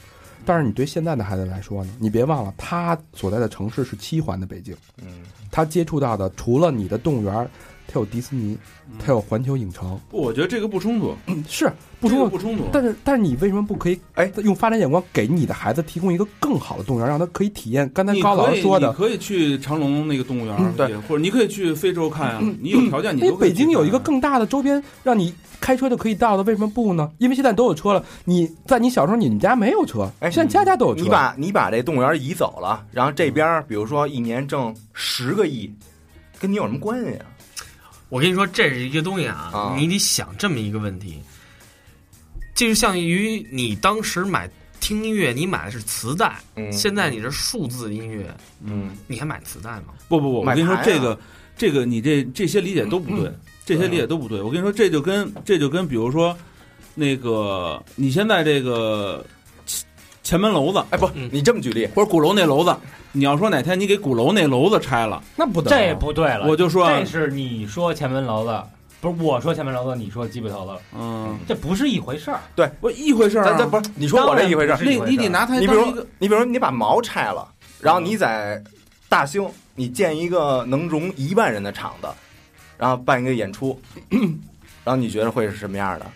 但是你对现在的孩子来说呢，你别忘了他所在的城市是七环的北京，嗯他接触到的除了你的动物园儿，它有迪士尼，它有环球影城，不，我觉得这个不冲突，是不冲嗯突这个不冲突。但是，但是你为什么不可以？哎，用发展眼光给你的孩子提供一个更好的动物园，让他可以体验刚才你高老可师以，说你的。可以去长隆那个动物园儿，嗯对也或者你可以去非洲看啊。你有条件，你因都为可以嗯哎北去京有一个看啊更大的周边，让你开车就可以到的，为什么不呢？因为现在都有车了。你在你小时候，你们家没有车，哎现在家家都有车。你把你把这动物园移走了，然后这边儿比如说一年挣十个亿，跟你有什么关系啊？我跟你说，这是一个东西啊，啊你得想这么一个问题，这就像于你当时买听音乐，你买的是磁带，嗯现在你这数字音乐，嗯，你还买磁带吗？不不不，我买跟你说牌啊这个这个你这这些理解都不对，这些理解都不对。我跟你说，这就跟这就跟比如说那个你现在这个前前门楼子哎不，嗯你这么举例，或者鼓楼那楼子，你要说哪天你给鼓楼那楼子拆了，那不得这了不对了，我就说啊这是你说前门楼子，不是我说前门楼子，你说鸡巴头子，嗯，这不是一回事儿。不一回事儿咱咱啊。不是你说我这一回事儿，当然不是那啊你得拿它你比当如一个，你比如你把毛拆了，然后你在大兴你建一个能容一万人的场子，然后办一个演出，然后你觉得会是什么样的？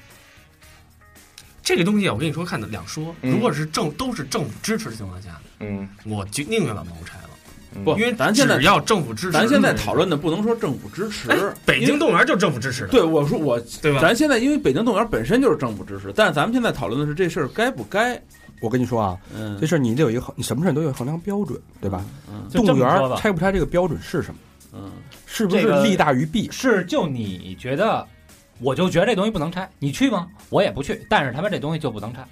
这个东西啊，我跟你说，看的两说。嗯如果是政都是政府支持的情况下，嗯，我就宁愿把毛拆了，嗯不因为哎咱现在只要政府支持，咱现在讨论的不能说政府支哎持，北因京为动物园就是政府支持的，对我说我。对吧？咱现在因为北京动物园本身就是政府支持，但是咱们现在讨论的是这事儿该不该，我跟你说啊，嗯这，事儿你得有一个衡，你什么事儿都有衡量标准，对吧？嗯就动这物么说园吧，拆不拆这个标准是什么？嗯，是不是这个利大于弊？是就你觉得，我就觉得这东西不能拆，你去吗？我也不去，但是他妈这东西就不能拆。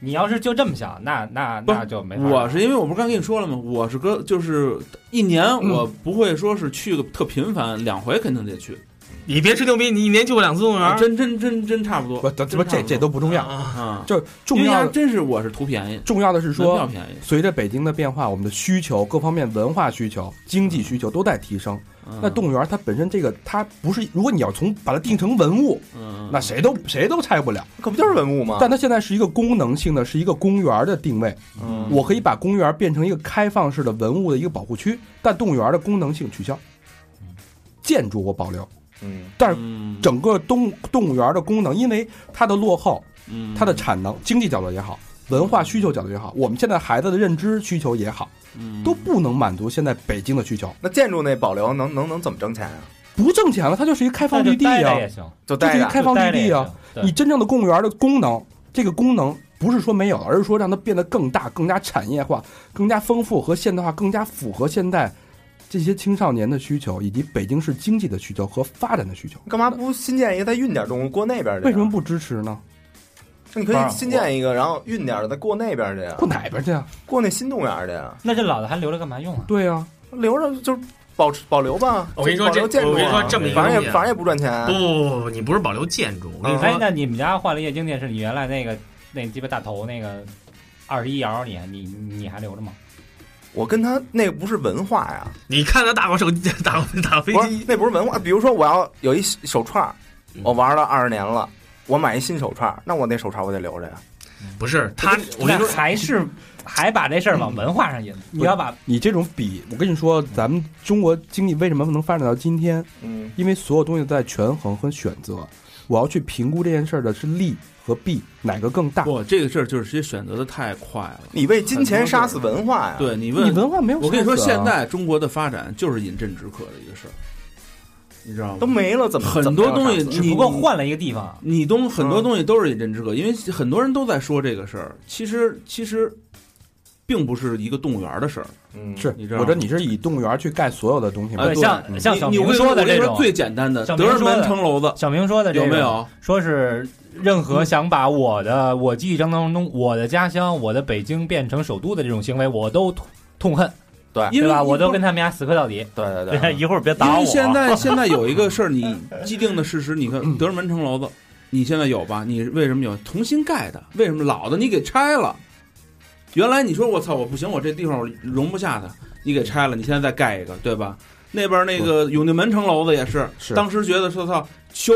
你要是就这么想，那那不那就没法儿了。我是因为我不是刚跟你说了吗？我是跟就是一年嗯我不会说是去个特频繁，两回肯定得去，你别吹牛逼，你一年去过两次动物园，真真真真差不嗯多。啊不，咱真不，差这这都不重要，啊，啊，就是重因为要它的真是我是图便宜，重要的是门票说，便宜。随着北京的变化，我们的需求各方面文化需求、经济需求都在提升。嗯那动物园它本身这个它不是，如果你要从把它定成文物，嗯那谁都谁都拆不了。可不就是文物吗？但它现在是一个功能性的，是一个公园的定位。嗯我可以把公园变成一个开放式的文物的一个保护区，但动物园的功能性取消，建筑我保留。嗯但是嗯整个动动物园的功能，因为它的落后，嗯它的产能，经济角度也好，文化需求角度也好，我们现在孩子的认知需求也好，嗯都不能满足现在北京的需求，那建筑那保留能能能怎么挣钱啊？不挣钱了，它就是一个开放那就绿地待着呀、也行，就这待是一着，开放就待绿着也地啊行。对你真正的公务员的功能，这个功能不是说没有了，而是说让它变得更大、更加产业化、更加丰富和现代化，更加符合现代这些青少年的需求，以及北京市经济的需求和发展的需求。干嘛不新建一个再运点动物过那边去？啊为什么？不支持呢？你可以新建一个，然后运点的再过那边去呀，过哪边去啊？过那新动物园去啊呀，那这老的还留着干嘛用啊？对啊，留着就是保持保留吧。我跟你说保留这建筑啊我跟你说这么一个反正东西也啊反正也不赚钱。不不不不，你不是保留建筑，我跟你哎，说，那你们家换了液晶电视，你原来那个那鸡巴大头那个二十一摇，你还你你还留着吗？我跟他那不是文化呀，你看他打过手机，打过打过飞不是机，那不是文化。比如说我要有一手串儿嗯，我玩了二十年了，我买一新手串儿，那我那手串儿我得留着呀。不是他，我跟那你说，还是还把这事嗯儿往文化上引，你要把你这种比，我跟你说，咱们中国经济为什么能发展到今天？嗯，因为所有东西都在权衡和选择。我要去评估这件事儿的是利和弊，哪个更大？不，这个事儿就是直接选择的太快了。你为金钱杀死文化呀。，对你你问，文化没有、我跟你说，现。在中国的发展就是饮鸩止渴的一个事儿，你知道吗？都没了，怎么很怎么多样杀东西死只你不过换了一个地方，你东很多东西都是饮鸩止渴，因为很多人都在说这个事儿。其实其实，并不是一个动物园的事儿。嗯是你，知道我觉得吗你是以动物园去盖所有的东西吗哎？对，对像像你小你明我跟说我的跟这你种说，最简单的小德明尔说门的城楼子小明说的这有种没？有？嗯说是任何想把我的我记忆当中我的家乡我的北京变成首都的这种行为，我都痛痛恨，因对为吧？我都你跟他们家死磕到底。对对对，啊 对，一会儿别因打为我。现 在现在有一个事儿，你既定的事实，你看嗯德尔门城楼子，你现在有吧？你为什么有重新盖的？为什么老的你给拆了？原来你说我操我不行，我这地方我容不下它，你给拆了，你现在再盖一个，对吧？那边那个永定门城楼子也是，嗯是当时觉得说操修，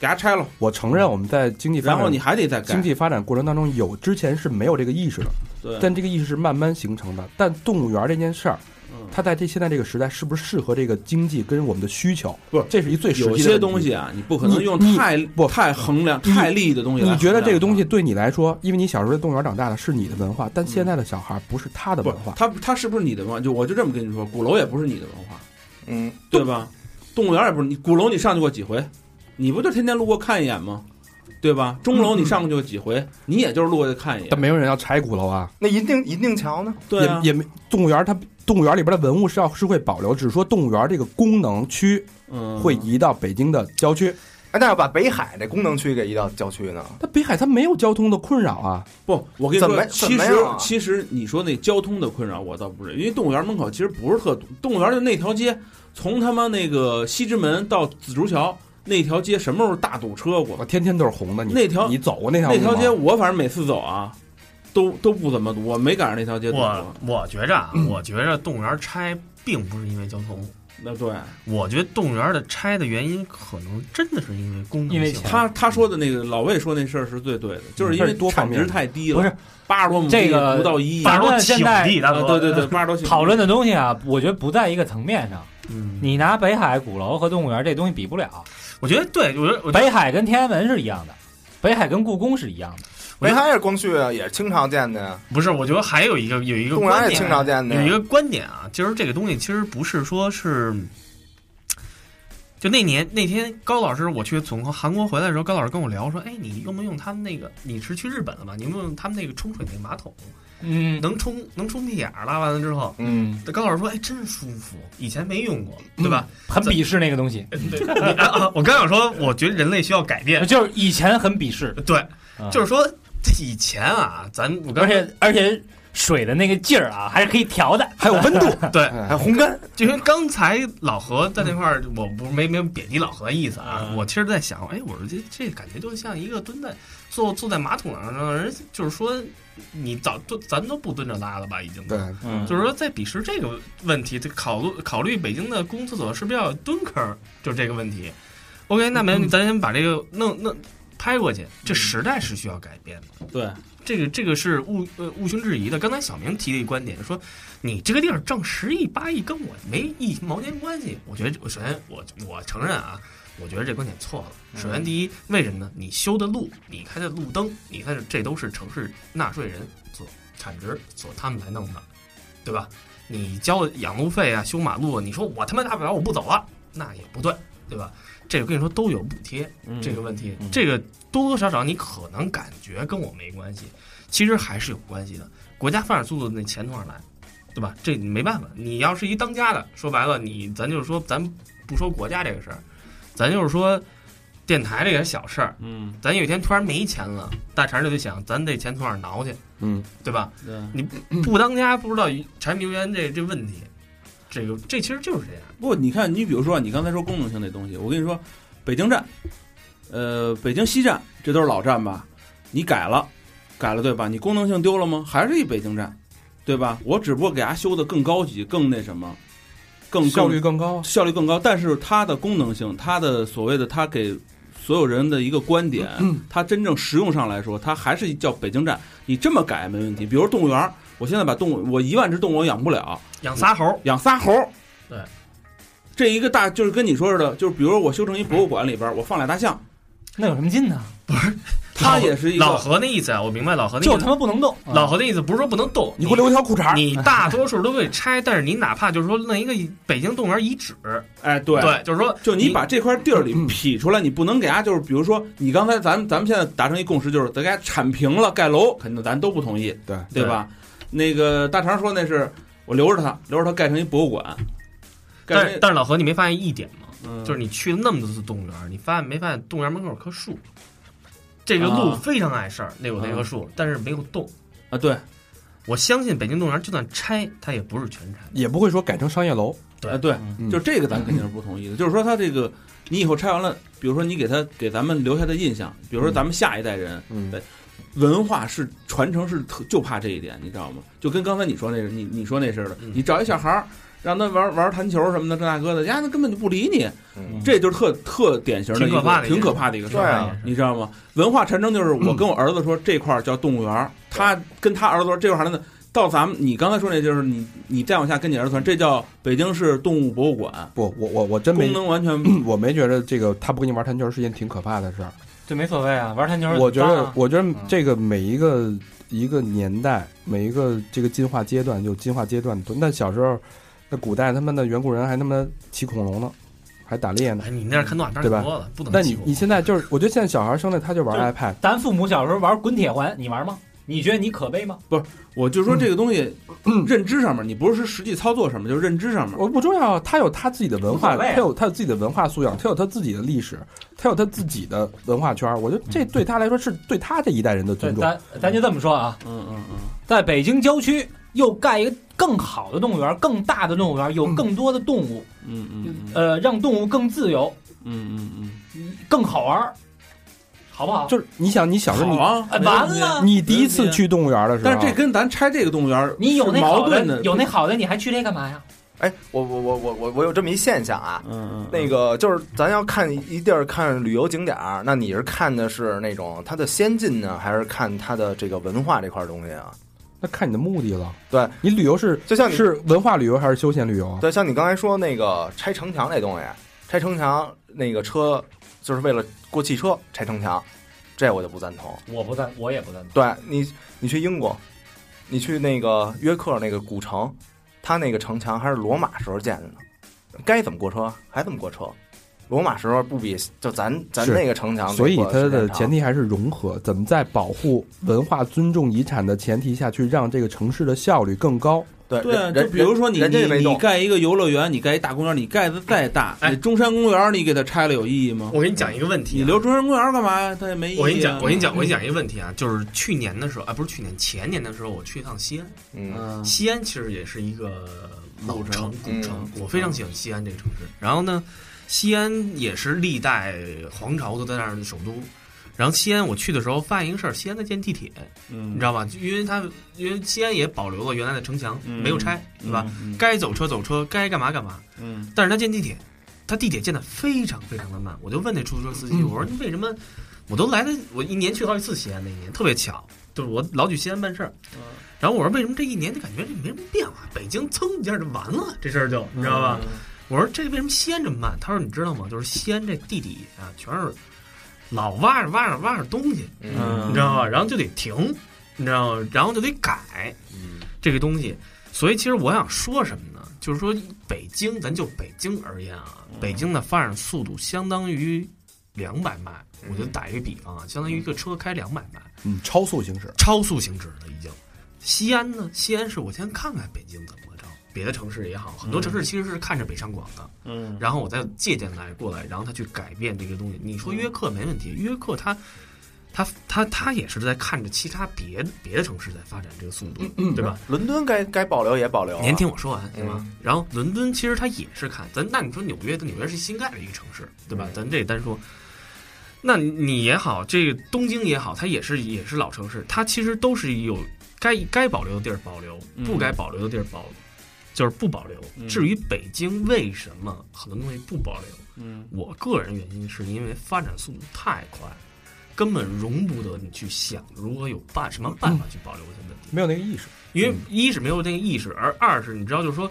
给它拆了，我承认我们在经济发然展，后你还得再盖。经济发展过程当中有之前是没有这个意识的，对，但这个意识是慢慢形成的。但动物园这件事儿，嗯它在这现在这个时代是不是适合这个经济跟我们的需求？不这是一最实际的有些问题东西。啊，你不可能用你太不太衡量、你太利的东西来衡量啊你它。觉得这个东西对你来说，因为你小时候在动物园长大的是你的文化，但现在的小孩不是他的不文化，，它它是不是你的文化？就我就这么跟你说，鼓楼也不是你的文化，嗯，对吧？动物园也不是你鼓楼，你上去过几回？你不就天天路过看一眼吗？对吧？钟楼你上去过几回？你也就是路过去看一眼但。没有人要拆鼓楼啊，那银锭银锭桥呢？对啊也也没动物园它动物园里边的文物是要是会保留，只是说动物园这个功能区嗯，会移到北京的郊区。哎，那要把北海这功能区给移到郊区呢？它北海它没有交通的困扰啊，不，我跟你怎么说，其怎实么样啊其实你说那交通的困扰，我倒不是，因为动物园门口其实不是特堵，动物园就那条街，从他妈那个西直门到紫竹桥那条街，什么时候大堵车过我？天天都是红的。你那条你走过那条那条路吗啊街我反正每次走啊，都都不怎么堵，我没赶上那条街堵我过。我觉着啊，我觉着动物园拆并不是因为交通，那对我觉得动物园的拆的原因可能真的是因为功因能为性。他他说的那个老魏说那事儿是最对的，就是因为多方产面值太低了，不是八十多亩地这个不到一亿，反正咱们现在呃挺地大啊哥，对对对，，八十多讨论的东西啊，我觉得不在一个层面上。嗯，你拿北海、鼓楼和动物园这东西比不了。我觉得对，我觉得我觉得北海跟天安门是一样的，北海跟故宫是一样的。我北海也是光绪啊，也是清朝建的呀，不是，我觉得还有一个有一个动物园观也是清点，啊朝建的有一呀。个观点啊，就是这个东西其实不是说是，就那年那天高老师我去从韩国回来的时候，高老师跟我聊说，哎，你用没用他们那个？你是去日本了吧？你用没用他们那个冲水那个马桶？嗯，能冲能冲屁眼儿，拉完了之后，嗯，高老师说，哎，真舒服，以前没用过，嗯对吧？ 很鄙视那个东西，你啊啊我刚想说，我觉得人类需要改变，就是以前很鄙视，对，啊就是说以前啊，咱我刚而才且而且水的那个劲儿啊，还是可以调的，还有温度。对，还烘干，就因为刚才老何在那块儿，我不没没有贬低老何的意思嗯啊，我其实在想，哎，我说这这感觉就像一个蹲在坐坐在马桶上让人，就是说你早都咱们都不蹲着拉了吧，已经对，嗯就是说在鄙视这个问题，这考虑考虑北京的公共厕所是不是要蹲坑儿，就这个问题。OK，那没问题，咱先把这个弄弄拍过去，这时代是需要改变的。对，这个这个是毋呃毋庸置疑的。刚才小明提了一个观点，说你这个地儿挣十亿八亿跟我没一毛钱关系。我觉得我首先我我承认啊，我觉得这观点错了。首先第一，为什么呢？你修的路，你开的路灯，你看这都是城市纳税人所产值所他们来弄的，对吧？你交养路费啊，修马路，你说我他妈大不了我不走了，那也不对，对吧？这个跟你说都有补贴，这个问题，这个多多少少你可能感觉跟我没关系，其实还是有关系的。国家发展速度那钱从哪儿来，对吧？这你没办法。你要是一当家的，说白了，你咱就是说，咱不说国家这个事儿，咱就是说电台这个小事儿，嗯，咱有一天突然没钱了，大肠就得想，咱这钱从哪儿挠去，嗯，对吧？对，你不当家不知道柴米油盐这这问题，这个这其实就是这样。不，你看，你比如说，你刚才说功能性那东西，我跟你说，北京站，呃，北京西站，这都是老站吧？你改了，改了对吧？你功能性丢了吗？还是一北京站，对吧？我只不过给它修的更高级，更那什么，更效更率更高啊。效率更高，但是它的功能性，它的所谓的它给所有人的一个观点，嗯它真正实用上来说，它还是叫北京站。你这么改没问题。比如动物园儿，我现在把动物，我一万只动物我养不了，养仨猴儿，养仨猴儿。对，这一个大就是跟你说似的，就是比如我修成一博物馆里边儿，我放俩大象，那有什么劲呢？它也是一老个何那意思啊，我明白老何那就意他思。妈不能动。老何的意思不是说不能动，你给我留一条裤衩儿，你大多数都会拆，但是你哪怕就是说弄一个北京动物园遗址，哎对对，就是说嗯就你把这块地儿里劈出来，你不能给它就是，比如说你刚才咱们咱们现在达成一共识，就是咱给它铲平了盖楼，肯定咱都不同意，对对吧？那个大肠说那是我留着它，留着它盖成一博物馆，盖但成是一但是老何，你没发现一点吗？嗯就是你去了那么多次动物园，你发现没发现动物园门口有棵树？这个路啊非常碍事儿，那有那棵树，但是没有动。啊对我相信北京动物园就算拆，它也不是全拆。也不会说改成商业楼。啊对，嗯就这个咱肯定是不同意的。就是说它这个你以后拆完了，比如说你给它给咱们留下的印象，比如说咱们下一代人，嗯对文化是传承是特就怕这一点，你知道吗？就跟刚才你说那个，你你说那似的，嗯你找一小孩儿让他玩玩弹球什么的，这那个的，呀，那根本就不理你，嗯这就是特特典型的一挺个可怕的一个挺可怕的一个事对儿。啊，你知道吗？文化传承就是我跟我儿子说这块儿叫动物园儿，他跟他儿子说这块儿呢，到咱们你刚才说那就是你你再往下跟你儿子团，这叫北京市动物博物馆，不，我我我真没功，能完全我没觉得这个他不跟你玩弹球是件挺可怕的事儿。这没所谓啊，玩弹球儿我觉脏得啊，我觉得这个每一个、嗯一个年代，每一个这个进化阶段有进化阶段的。那小时候，那古代他们的远古人还他妈骑恐龙呢，还打猎 呢。哎，你那儿看动画片对吧儿多了，不能那欺你负你现在就是，我觉得现在小孩生的他就玩对 iPad，咱父母小时候玩滚铁环，你玩吗？你觉得你可悲吗？我就说这个东 西，认知上面，你不是实际操作上面，就是认知上面。我不重要，他有他自己的文化，无所谓啊他有他有自己的文化素养，他有他自己的历史，他有他自己的文化圈儿。我觉得这对他来说是对他这一代人的对，尊重。咱咱就这么说啊，嗯嗯嗯，在北京郊区又盖一个更好的动物园，更大的动物园，有更多的动物，嗯嗯呃，让动物更自由，嗯嗯嗯，更好玩儿，好不好？就是你想，你小时候好你、啊，哎没完问题了，你第一次去动物园的时候，但是这跟咱拆这个动物园你有那是好矛盾的，有那好的，你还去这干嘛呀？哎，我我我我我我有这么一现象啊，嗯嗯那个就是咱要看一地儿看旅游景点儿，那你是看的是那种它的先进呢，还是看它的这个文化这块儿东西啊？那看你的目的了。对你旅游是就像你是文化旅游还是休闲旅游啊？对，像你刚才说那个拆城墙那东西，啊拆城墙那个车就是为了过汽车拆城墙，这我就不赞同。我不赞，我也不赞同。对你，你去英国，你去那个约克那个古城，它那个城墙还是罗马时候建的呢，该怎么过车还怎么过车。罗马时候不比就咱咱是那个城墙得所以过它时的间长前提还是融合，怎么在保护文化、尊重遗产的前提下去，让这个城市的效率更高。对对啊，人就人比如说你人家也你没你动，盖一个游乐园，你盖一大公园，你盖的再大，哎你中山公园你给它拆了有意义吗？我给你讲一个问题啊，你留中山公园干嘛呀？它也没意义啊。我跟你讲，我跟你讲，我跟你讲一个问题啊，就是去年的时候啊，不是去年，前年的时候，我去一趟西安。嗯嗯，西安其实也是一个老城古嗯城，我非常喜欢西安这个城市。然后呢，西安也是历代皇朝都在那儿的首都。然后西安我去的时候发现一个事儿，西安在建地铁，你嗯知道吧？因为它因为西安也保留了原来的城墙，嗯没有拆，对吧？？嗯该走车走车，该干嘛干嘛。嗯但是他建地铁，他地铁建的非常非常的慢。我就问那出租车司嗯机，我说你为什么？我都来了，我一年去好几次西安，那一年特别巧，就是我老去西安办事儿。嗯然后我说为什么这一年就感觉这没什么变化？北京噌一下就完了，这事儿就你知道吧？嗯我说这为什么西安这么慢？他说你知道吗？就是西安这地底下、全是老挖着挖着挖着东西，嗯，你知道吧？然后就得停，你知道吗？然后就得改，嗯嗯这个东西。所以其实我想说什么呢？就是说北京，咱就北京而言啊，北京的发展速度相当于两百迈，我就打一个比方啊，相当于一个车开两百迈，嗯，超速行驶。超速行驶了已经。西安呢？西安是我先看看北京怎么着，别的城市也好，很多城市其实是看着北上广的，嗯然后我再借鉴来过来，然后他去改变这个东西。你说约克没问题，约克他他他他也是在看着其他别的别的城市在发展这个速度，对吧？伦敦该该保留也保哦留啊，您听我说完行嗯吗？然后伦敦其实它也是看咱，那你说纽约，它纽约是新盖的一个城市，对嗯吧？咱这也单说，那你也好，这个东京也好，它也是也是老城市，它其实都是有该该保留的地儿保留，嗯不该保留的地儿保，就是不保留。嗯至于北京为什么很多东西不保留，嗯我个人原因是因为发展速度太快，根本容不得你去想如何有办什么办法去保留这些问题。没有那个意识，因为一是没有那个意识，而二是你知道，就是说，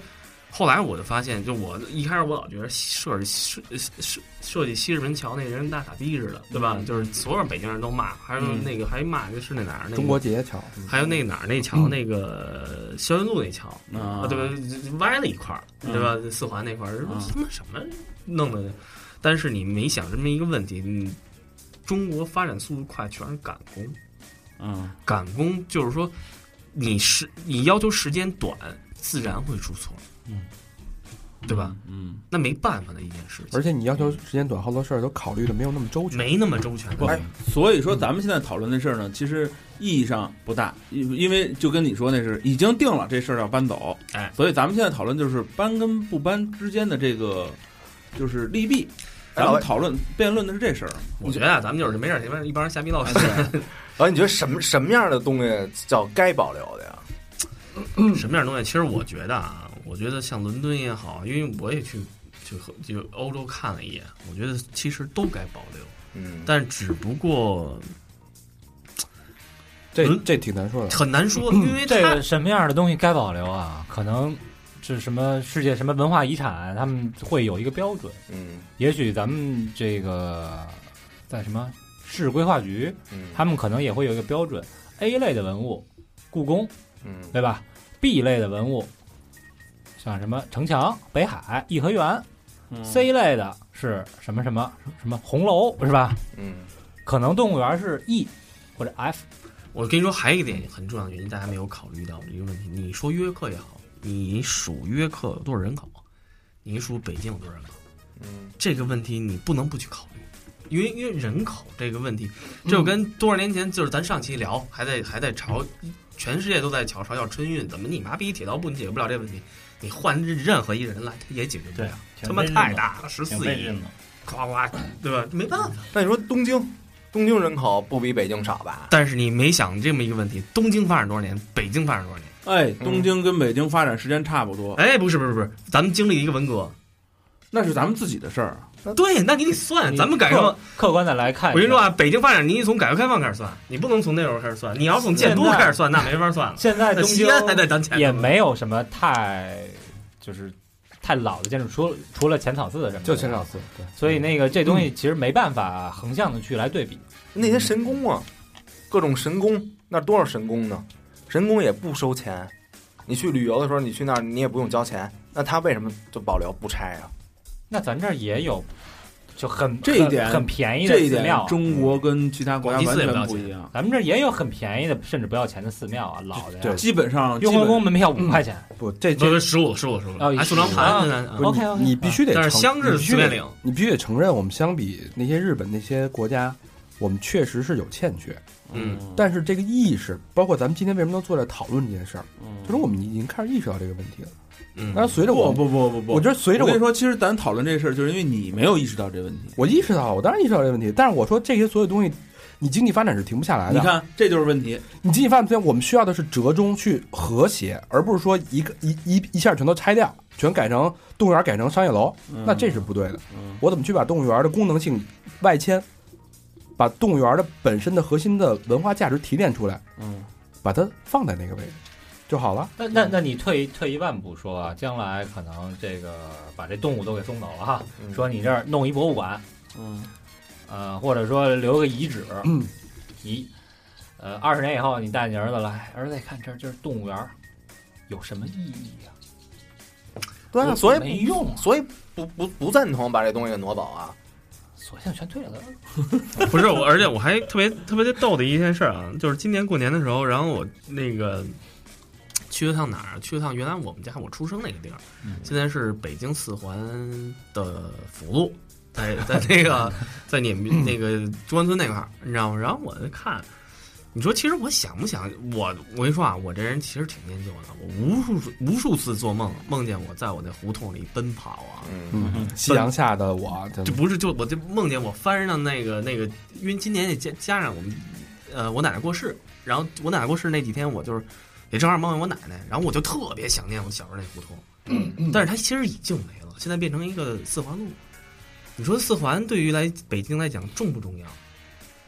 后来我就发现，就我一开始我老觉得设计设设设计西直门桥那人跟大傻逼似的，对吧？就是所有北京人都骂，还有嗯那个还骂就是那哪儿那个中国，结桥。还有那个哪儿那桥那个霄云路那桥啊啊，对吧？歪了一块儿，对吧？四环那块儿，嗯他妈什么弄的？但是你没想这么一个问题，你中国发展速度快，全是赶工。嗯赶工就是说，你时你要求时间短，自然会出错，嗯，对吧？嗯，那没办法的一件事情，而且你要求时间短，好多事儿都考虑的没有那么周全。没那么周全的。哎所以说咱们现在讨论的事儿嗯呢，其实意义上不大，因因为就跟你说那是已经定了，这事儿要搬走。哎，所以咱们现在讨论就是搬跟不搬之间的这个就是利弊。哎咱老们魏讨论辩论的是这事儿，我觉哎得啊，咱们就是没事儿，这边一帮人瞎逼唠，然后哎你觉得什么什么样的东西叫该保留的呀？什么样的东西？其实我觉得啊，我觉得像伦敦也好，因为我也去去和就欧洲看了一眼，我觉得其实都该保留，嗯，但只不过这嗯这挺难说的。很难 说，因为这它个什么样的东西该保留啊？可能是什么世界什么文化遗产，他们会有一个标准。嗯也许咱们这个在什么市规划局，嗯，他们可能也会有一个标准。A 类的文物，故宫，嗯对吧？B 类的文物，像什么城墙、北海、颐和园。C 嗯类的是什么什么什么红楼是吧？嗯可能动物园是 E 或者 F，我跟你说，还有一点很重要的原因，大家没有考虑到的一个问题。你说约克也好，你数约克有多少人口，你数北京有多少人口，嗯这个问题你不能不去考虑，因为因为人口这个问题，这就跟多少年前就是咱上期聊，还在还在吵，全世界都在吵吵要春运，怎么你妈逼铁道部你解决不了这问题？你换任何一人来，他也解决不了，对他妈挺费劲太的大了，十挺四费亿劲，的。夸夸，对吧？没办法。那你说东京，东京人口不比北京少吧？但是你没想这么一个问题：东京发展多少年，北京发展多少年？嗯哎，东京跟北京发展时间差不多，哎，不是不是不是，咱们经历一个文革，那是咱们自己的事儿。对，那你得算，哎咱们改革开放客。客观的来看，我跟你说啊，北京发展，你得从改革开放开始算，你不能从那会儿开始算。你要从建都现在开始算，那没法算了。现在那东京西安还在咱前头也没有什么太就是太老的建筑，除除了浅草寺什么的，就前两。次，对，所以嗯那个这东西其实没办法横向的去来对比，那些神功啊，各种神功，那多少神功呢？神功也不收钱，你去旅游的时候，你去那儿你也不用交钱，那他为什么就保留不拆啊？那咱这儿也有，就很这一点很很便宜的这一寺点庙，，中国跟其他国家完全不一样，咱们这儿也有很便宜的，甚至不要钱的寺庙啊，老的呀。对基本上雍和宫门票嗯五块钱，不，这不这是十五十五十哦五，还塑料盘呢。啊不是 OK，OK，你你必须得承，但是乡你是必随须便得，领，你必须得承认，我们相比那些日本那些国家，我们确实是有欠缺。嗯，但是这个意识，包括咱们今天为什么能坐在讨论这件事儿，嗯就是我们已经开始意识到这个问题了。嗯但是随着我不们，不不不不，我觉得随着我我跟你说，其实咱讨论这事儿，就是因为你没有意识到这问题。我意识到了，我当然意识到这个问题，但是我说这些所有东西，你经济发展是停不下来你的。看，这就是问题。你经济发展不行，我们需要的是折中去和谐，而不是说一个一一一下全都拆掉，全改成动物园改成商业楼，那这是不对的。嗯我怎么去把动物园的功能性外迁，把动物园的本身的核心的文化价值提炼出来，嗯，把它放在那个位置就好了。那那那你退退一万步说啊，将来可能这个把这动物都给送走了哈，嗯说你这儿弄一博物馆，嗯呃，或者说留个遗址，嗯，遗，呃，二十年以后你带你儿子来，儿子一看这儿就是动物园儿，有什么意义啊？对啊，所没以用啊，所以不不不赞同把这东西给挪走啊。索性全退了嗯得了。 不是我，而且我还特别特别逗的一件事儿啊，就是今年过年的时候，然后我那个去了趟哪儿？啊去了趟原来我们家我出生那个地儿，现在是北京四环的辅路，在在那个在你们那个中关村那块儿，你知道吗？然后我就看。你说，其实我想不想我？我跟你说啊，我这人其实挺念旧的。我无数次无数次做梦，梦见我在我那胡同里奔跑啊，嗯嗯，夕阳下的我，真就的不是就我就梦见我翻上那个那个，因为今年也加加上我们，呃，我奶奶过世，然后我奶奶过世那几天，我就是也正好梦见我奶奶，然后我就特别想念我小时候那胡同，嗯但是它其实已经没了，现在变成一个四环路。你说四环对于来北京来讲重不重要？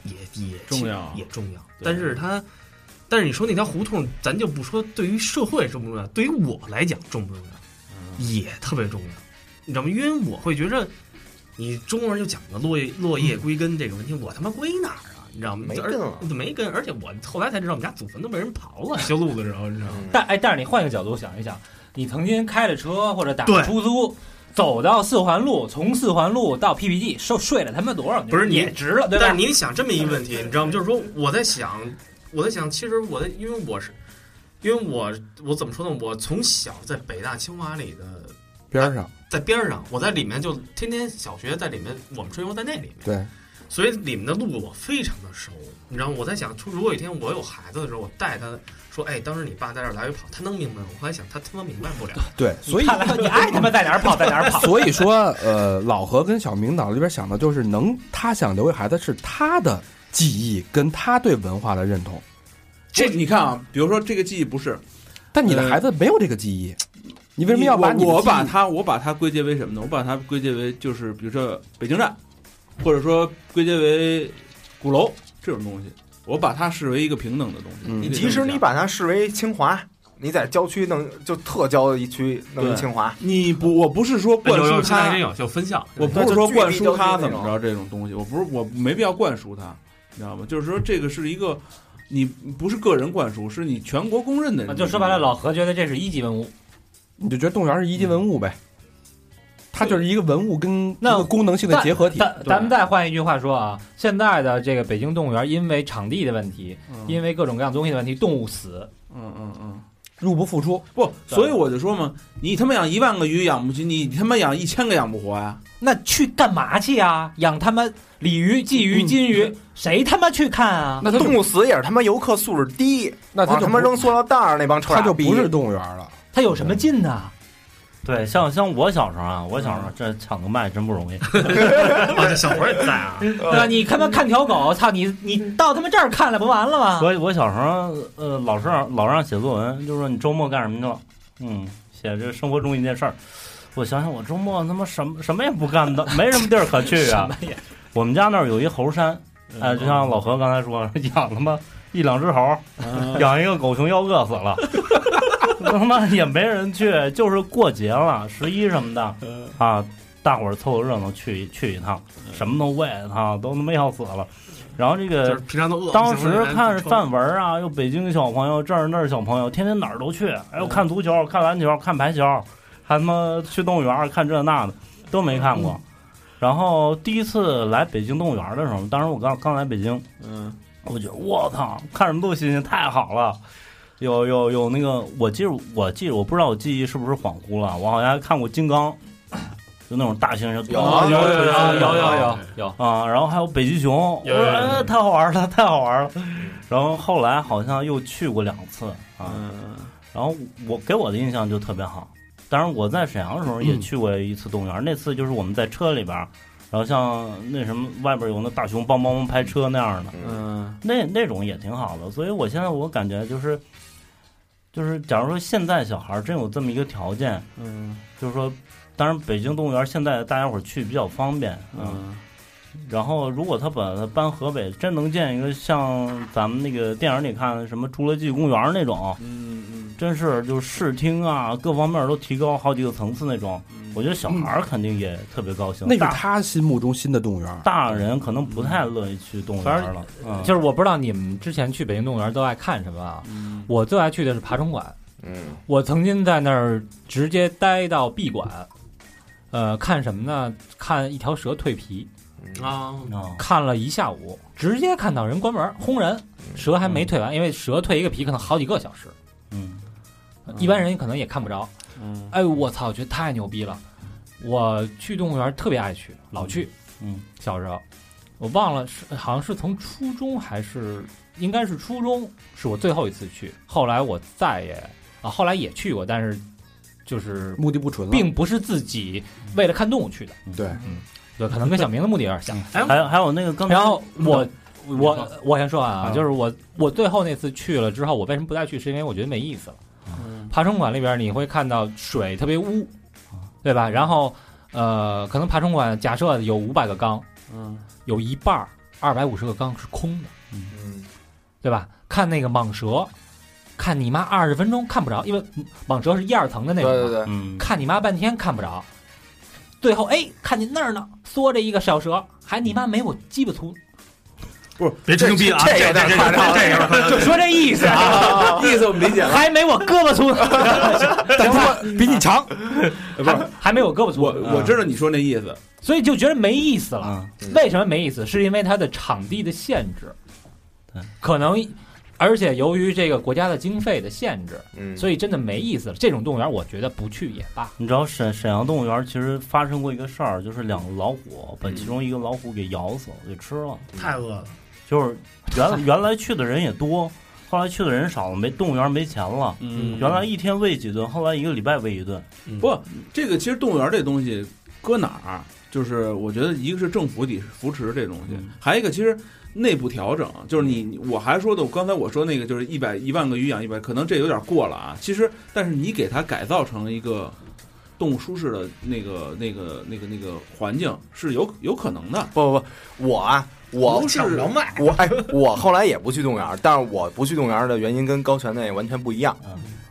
也也重要也重要，对但是它。但是你说那条胡同，咱就不说对于社会重不重要，对于我来讲重不重要？嗯也特别重要，你知道吗？因为我会觉着，你中国人就讲究落叶落嗯叶归根这个问题，我他妈归哪儿啊？你知道吗？没而根啊没根，而且我后来才知道，我们家祖坟都被人刨了，修路的时候，你知道嗯吗？但哎，但是你换一个角度想一想，你曾经开着车或者打对出租。走到四环路，从四环路到 PPT，收税了他妈多少？不是你也值了，对吧？但是你得想这么一个问题，你知道吗？就是说，我在想，我在想，其实我在，因为我是，因为我我怎么说呢？我从小在北大清华里的，边儿上，在边儿上，我在里面就天天小学在里面，我们生活在那里面。对，所以里面的路我非常的熟，你知道吗？我在想，如果有一天我有孩子的时候，我带他说：“哎，当时你爸在这儿来回跑，他能明白吗？”我后来想，他他妈明白不了。对，所以看来你爱他妈在哪儿跑在哪儿跑。所以说，呃，老何跟小明脑子里边想的就是能，他想留给孩子是他的记忆跟他对文化的认同，这你看啊，比如说这个记忆不是，但你的孩子没有这个记忆，你为什么要把我你的我记忆把它我把它归结为什么呢？我把它归结为就是比如说北京站，或者说归结为鼓楼这种东西。我把它视为一个平等的东西。嗯你得即使这么你讲把它视为清华，你在郊区弄就特郊的一区弄一对清华，你不，我不是说灌哎有输有现在它真，有就分校，我不是说灌输他对就怎么着这种东西，我不是我没必要灌输他，你知道吗？就是说这个是一个，你不是个人灌输，是你全国公认的啊人。就说白了，老何觉得这是一级文物，你就觉得动物园是一级文物呗，它就是一个文物跟一那个功能性的结合嗯体。咱咱们再换一句话说啊，现在的这个北京动物园，因为场地的问题，嗯，因为各种各样东西的问题，动物死。嗯嗯嗯，入不敷出，不，所以我就说嘛，你他妈养一万个鱼养不起，你他妈养一千个养不活呀、那去干嘛去啊？养他妈鲤鱼、鲫鱼、金嗯鱼，谁他妈去看啊？那它就动物死也是他妈游客素质低，那它往就他妈不扔塑料袋儿那帮臭它傻就逼不是动物园了。他有什么劲呢？对，像像我小时候啊，我小嗯时候这抢个麦真不容易。啊，这小伙也在啊，嗯对吧？你他妈看条狗，操你！你到他妈这儿看了不完了嗯吗？我我小时候呃，老是让老让写作文，就说你周末干什么去了？嗯，写这生活中一件事儿。我想想，我周末他妈什么什么也不干的，没什么地儿可去啊。 我们家那儿有一猴山，哎，就像老何刚才说，养他妈一两只猴，养一个狗熊要饿死 了，他妈也没人去，就是过节了，十一什么的啊，大伙儿凑个热闹去去一趟，什么都喂他，都他妈要死了。然后这个就是平常都饿。当时看范文啊，又北京小朋友，这儿那儿小朋友，天天哪儿都去，哎呦，看足球，看篮球，看排球，还他妈去动物园看这那的，都没看嗯过。然后第一次来北京动物园的时候，当时我刚刚来北京，嗯，我觉得我操，看什么都新鲜，太好了。有有有那个，我记着我记着，我不知道我记忆是不是恍惚了，我好像还看过金刚，就那种大型人，有啊有有哦有有有有有，啊，然后还有北极熊，我有有说有哎，太好玩了， 太好玩了。然后后来好像又去过两次啊，嗯然后我给我的印象就特别好。当然我在沈阳的时候也去过一次动物园，那次就是我们在车里边儿，然后像那什么外边有那大熊梆梆梆拍车那样的，嗯那那种也挺好的。所以我现在我感觉就是，就是假如说现在小孩儿真有这么一个条件，嗯就是说，当然北京动物园现在大家伙儿去比较方便，啊嗯，然后，如果他把它搬河北，真能建一个像咱们那个电影里看的什么《侏罗纪公园》那种，嗯真是就是视听啊，各方面都提高好几个层次那种。我觉得小孩儿肯定也特别高兴，那是大他心目中新的动物园。大人可能不太乐意去动物园了。嗯，就是我不知道你们之前去北京动物园都爱看什么啊？嗯我最爱去的是爬虫馆。嗯，我曾经在那儿直接待到闭馆，呃，看什么呢？看一条蛇蜕皮，嗯啊，啊，看了一下午，直接看到人关门轰人，蛇还没蜕完，因为蛇蜕一个皮可能好几个小时，嗯，一般人可能也看不着。嗯哎，我操，我觉得太牛逼了！我去动物园特别爱去，老去。嗯，小时候我忘了是好像是从初中还是应该是初中，是我最后一次去。后来我再也啊，后来也去过，但是就是目的不纯了，并不是自己为了看动物去的。嗯对，对，可能跟小明的目的有点像。还有还有那个刚才然后我嗯我我先说完啊，嗯就是我我最后那次去了之后，我为什么不再去？是因为我觉得没意思了。爬虫馆里边你会看到水特别污，啊对吧？然后呃，可能爬虫馆假设有五百个缸，嗯有一半二百五十个缸是空的，嗯对吧？看那个蟒蛇，看你妈二十分钟看不着，因为蟒蛇是一二层的那对种嘛，对对，嗯，看你妈半天看不着，最后哎看见那儿呢，缩着一个小蛇，还你妈没我鸡巴粗，别吹牛逼了啊，这这有点这夸张了这有点夸张就说这意思啊， 意思我们理解了。还没我胳膊粗呢，但它比你强。不是，还没我胳膊粗，啊我我知道你说那意思，所以就觉得没意思了。啊，为什么没意思？是因为它的场地的限制对，可能，而且由于这个国家的经费的限制，嗯，所以真的没意思了。这种动物园，我觉得不去也罢。你知道沈沈阳动物园其实发生过一个事儿，就是两个老虎把其中一个老虎给咬死了，给吃了。太饿了，就是原原来去的人也多，后来去的人少了，没动物园没钱了。嗯原来一天喂几顿，后来一个礼拜喂一顿。不，这个其实动物园这东西搁哪儿，啊就是我觉得一个是政府得扶持这东西，嗯还有一个其实内部调整，就是你我还说的，我刚才我说那个就是一百一万个鱼养一百，可能这有点过了啊。其实，但是你给它改造成一个动物舒适的那个那个那个那个环境是有有可能的。不不不，我啊我不抢不是着卖，我哎，我后来也不去动物园儿，但是我不去动物园儿的原因跟高泉那完全不一样。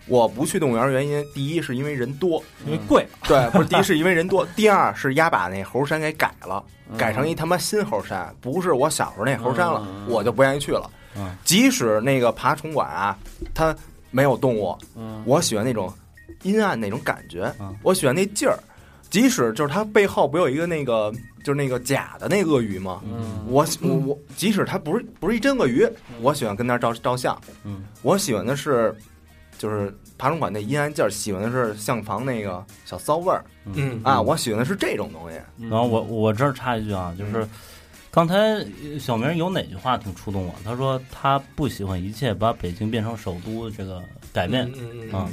我不去动物园儿的原因，第一是因为人多，因为贵，对，不是第一是因为人多，第二是丫把那猴山给改了，改成一他妈新猴山，不是我小时候那猴山了，嗯嗯我就不愿意去了。嗯即使那个爬虫馆啊，它没有动物，嗯我喜欢那种阴暗那种感觉嗯，我喜欢那劲儿。即使就是它背后不有一个那个就是那个假的那鳄鱼吗？嗯我喜我我，即使它不是不是一真鳄鱼，我喜欢跟那儿照照相。嗯，我喜欢的是，就是爬虫馆那阴暗劲儿，喜欢的是象房那个小骚味儿嗯啊，我喜欢的是这种东西。然后我我这儿插一句啊，嗯就是刚才呃小明有哪句话挺触动我？他说他不喜欢一切把北京变成首都这个改变嗯嗯嗯啊。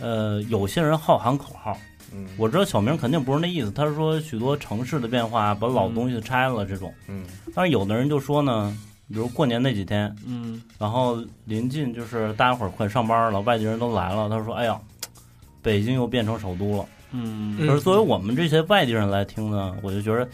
呃，有些人好喊口号，嗯，我知道小明肯定不是那意思。他是说许多城市的变化把嗯老东西拆了这种，嗯但是有的人就说呢，比如过年那几天，嗯然后临近就是大家伙儿快上班了，外地人都来了，他说：“哎呀，北京又变成首都了。”嗯可是作为我们这些外地人来听呢，我就觉得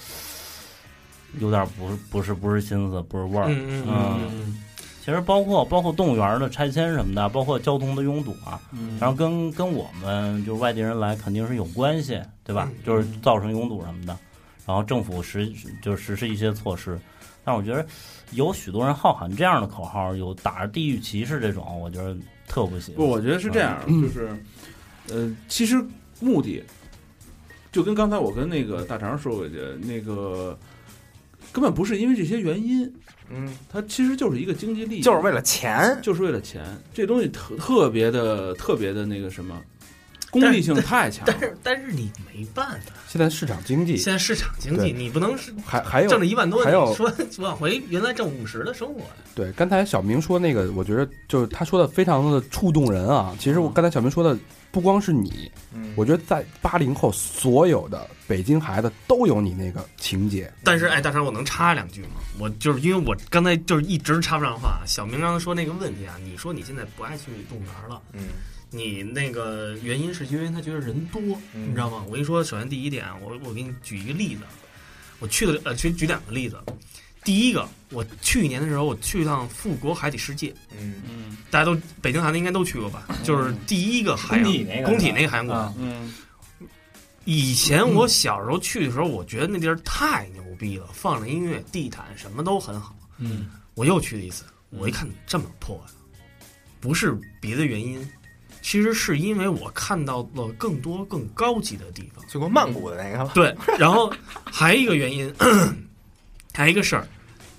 有点不是不是不是心思，不是味儿。嗯嗯嗯，其实包括包括动物园的拆迁什么的，包括交通的拥堵啊，嗯然后跟跟我们就是外地人来肯定是有关系，对吧？嗯就是造成拥堵什么的，然后政府实就实施一些措施。但我觉得有许多人好喊这样的口号，有打着地域歧视这种，我觉得特不行。不，我觉得是这样，嗯就是，呃，其实目的就跟刚才我跟那个大肠说过去，那个根本不是因为这些原因，嗯，它其实就是一个经济利益，就是为了钱。就是为了钱，这东西特特别的特别的那个什么，功利性太强但是但是你没办法， 现在市场经济现在市场经对济你不能是还还有挣了一万多，还有你说往回原来挣五十的生活呀，对，刚才小明说那个，我觉得就是他说的非常的触动人啊。其实我刚才小明说的不光是你，嗯我觉得在八零后所有的北京孩子都有你那个情节。但是，哎，大成，我能插两句吗？我就是因为我刚才就是一直插不上话。小明刚才说那个问题啊，你说你现在不爱去动物园了，嗯你那个原因是因为他觉得人多，嗯你知道吗？我跟你说，首先第一点啊，我我给你举一个例子，我去了呃，其实举两个例子。第一个，我去年的时候我去一趟富国海底世界，嗯嗯大家都北京孩子应该都去过吧？就是第一个海洋工嗯体那个工体那个海洋馆，啊嗯以前我小时候去的时候，我觉得那地儿太牛逼了，放着音乐、地毯什么都很好。嗯，我又去了一次，嗯我一看这么破呀、不是别的原因，其实是因为我看到了更多更高级的地方。去过曼谷的那个吧。对，然后还有一个原因， 还有一个事儿，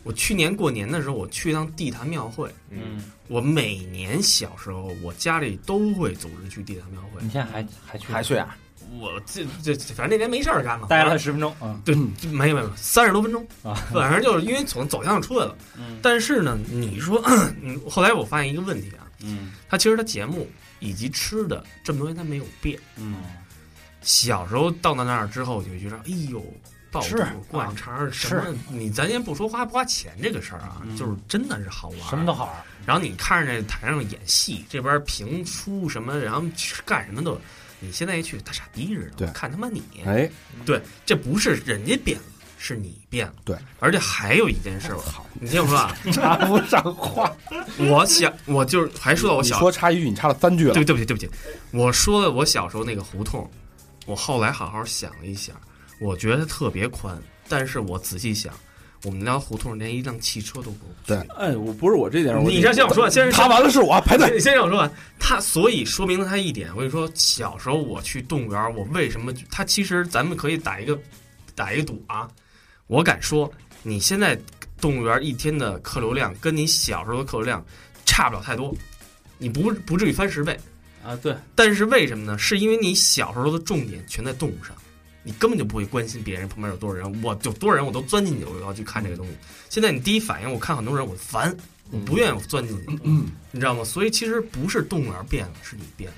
我去年过年的时候，我去一趟地坛庙会。嗯，我每年小时候，我家里都会组织去地坛庙会你。现在还还去还去啊？我这这这反正那年没事儿干嘛，待了十分钟，嗯，对，没有没有，三十多分钟啊，反正就是因为从走向出来了。嗯但是呢，你说， 嗯后来我发现一个问题啊，嗯它其实它节目以及吃的这么多年它没有变。嗯，小时候到到那儿之后，就觉得，哎呦，爆肚是啊、灌肠什么，你咱先不说花不花钱这个事儿啊，嗯就是真的是好玩，什么都。好玩。然后你看着台上演戏，这边评书什么，然后去干什么都，你现在一去，大傻逼似对的，看他妈你，哎，对，这不是人家变了，是你变了。对，而且还有一件事儿，你听我说啊，插不上话。我想，我就是还说到我你小，说插一句，你插了三句了对。对不起，对不起，我说了我小时候那个胡同，我后来好好想了一想，我觉得它特别宽，但是我仔细想，我们那条胡同连一辆汽车都不够。哎，我不是我这点，我你先让我说完，先插完了是我排 队。你先让我说完。他所以说明了他一点，我跟你说，小时候我去动物园，我为什么就？他其实咱们可以打一个打一个赌啊，我敢说，你现在动物园一天的客流量跟你小时候的客流量差不了太多，你不不至于翻十倍。啊，对，但是为什么呢？是因为你小时候的重点全在动物上，你根本就不会关心别人旁边有多少人，我有多少人我都钻进去，我要去看这个东西。现在你第一反应，我看很多人我烦，我不愿意钻进去，你知道吗？所以其实不是动物园变了，是你变了。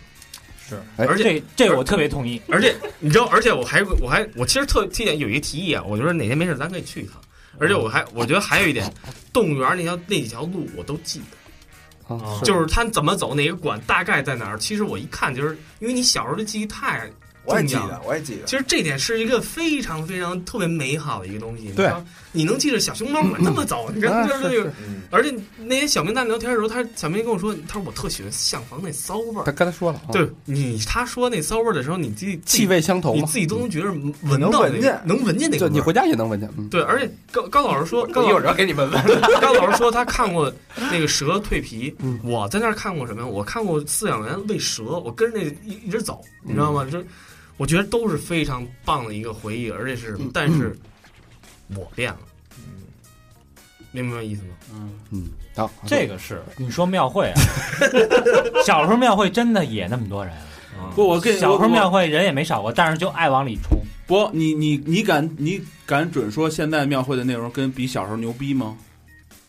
是，哎而且这这我特别同意，而且你知道，而且我还我还我其实特提点有一个提议啊，我觉得哪天没事咱可以去一趟。而且我还我觉得还有一点，动物园那条那几条路我都记得。啊就是他怎么走哪个馆，大概在哪儿。其实我一看就是，因为你小时候的记忆太 我也记动得摇，我也记得。其实这点是一个非常非常特别美好的一个东西。对你知道，你能记着小熊猫管那么早，你看就是那个，嗯，而且那天小明在聊天的时候，他小明跟我说，他说我特喜欢相房那骚味哦他儿。刚才说了，啊对你，他说那骚味儿的时候，你自己气味相投你嘛，自己都能觉着闻啊能到那闻个见能闻见那个就味儿。你回家也能闻见，嗯，对，而且高高老师说，我高一老会师儿给你们问。 高老师说他看过那个蛇蜕皮嗯，我在那儿看过什么呀？我看过饲养员喂蛇，我跟着那一一直走，你知道吗？这我觉得都是非常棒的一个回忆，而且是，嗯但是我变了，嗯明白意思吗？嗯，好，这个是你说庙会啊， 小时候庙会真的也那么多人。啊不，我跟小时候我庙会人也没少过，但是就爱往里冲。不，你你你敢你敢准说现在庙会的内容跟比小时候牛逼吗？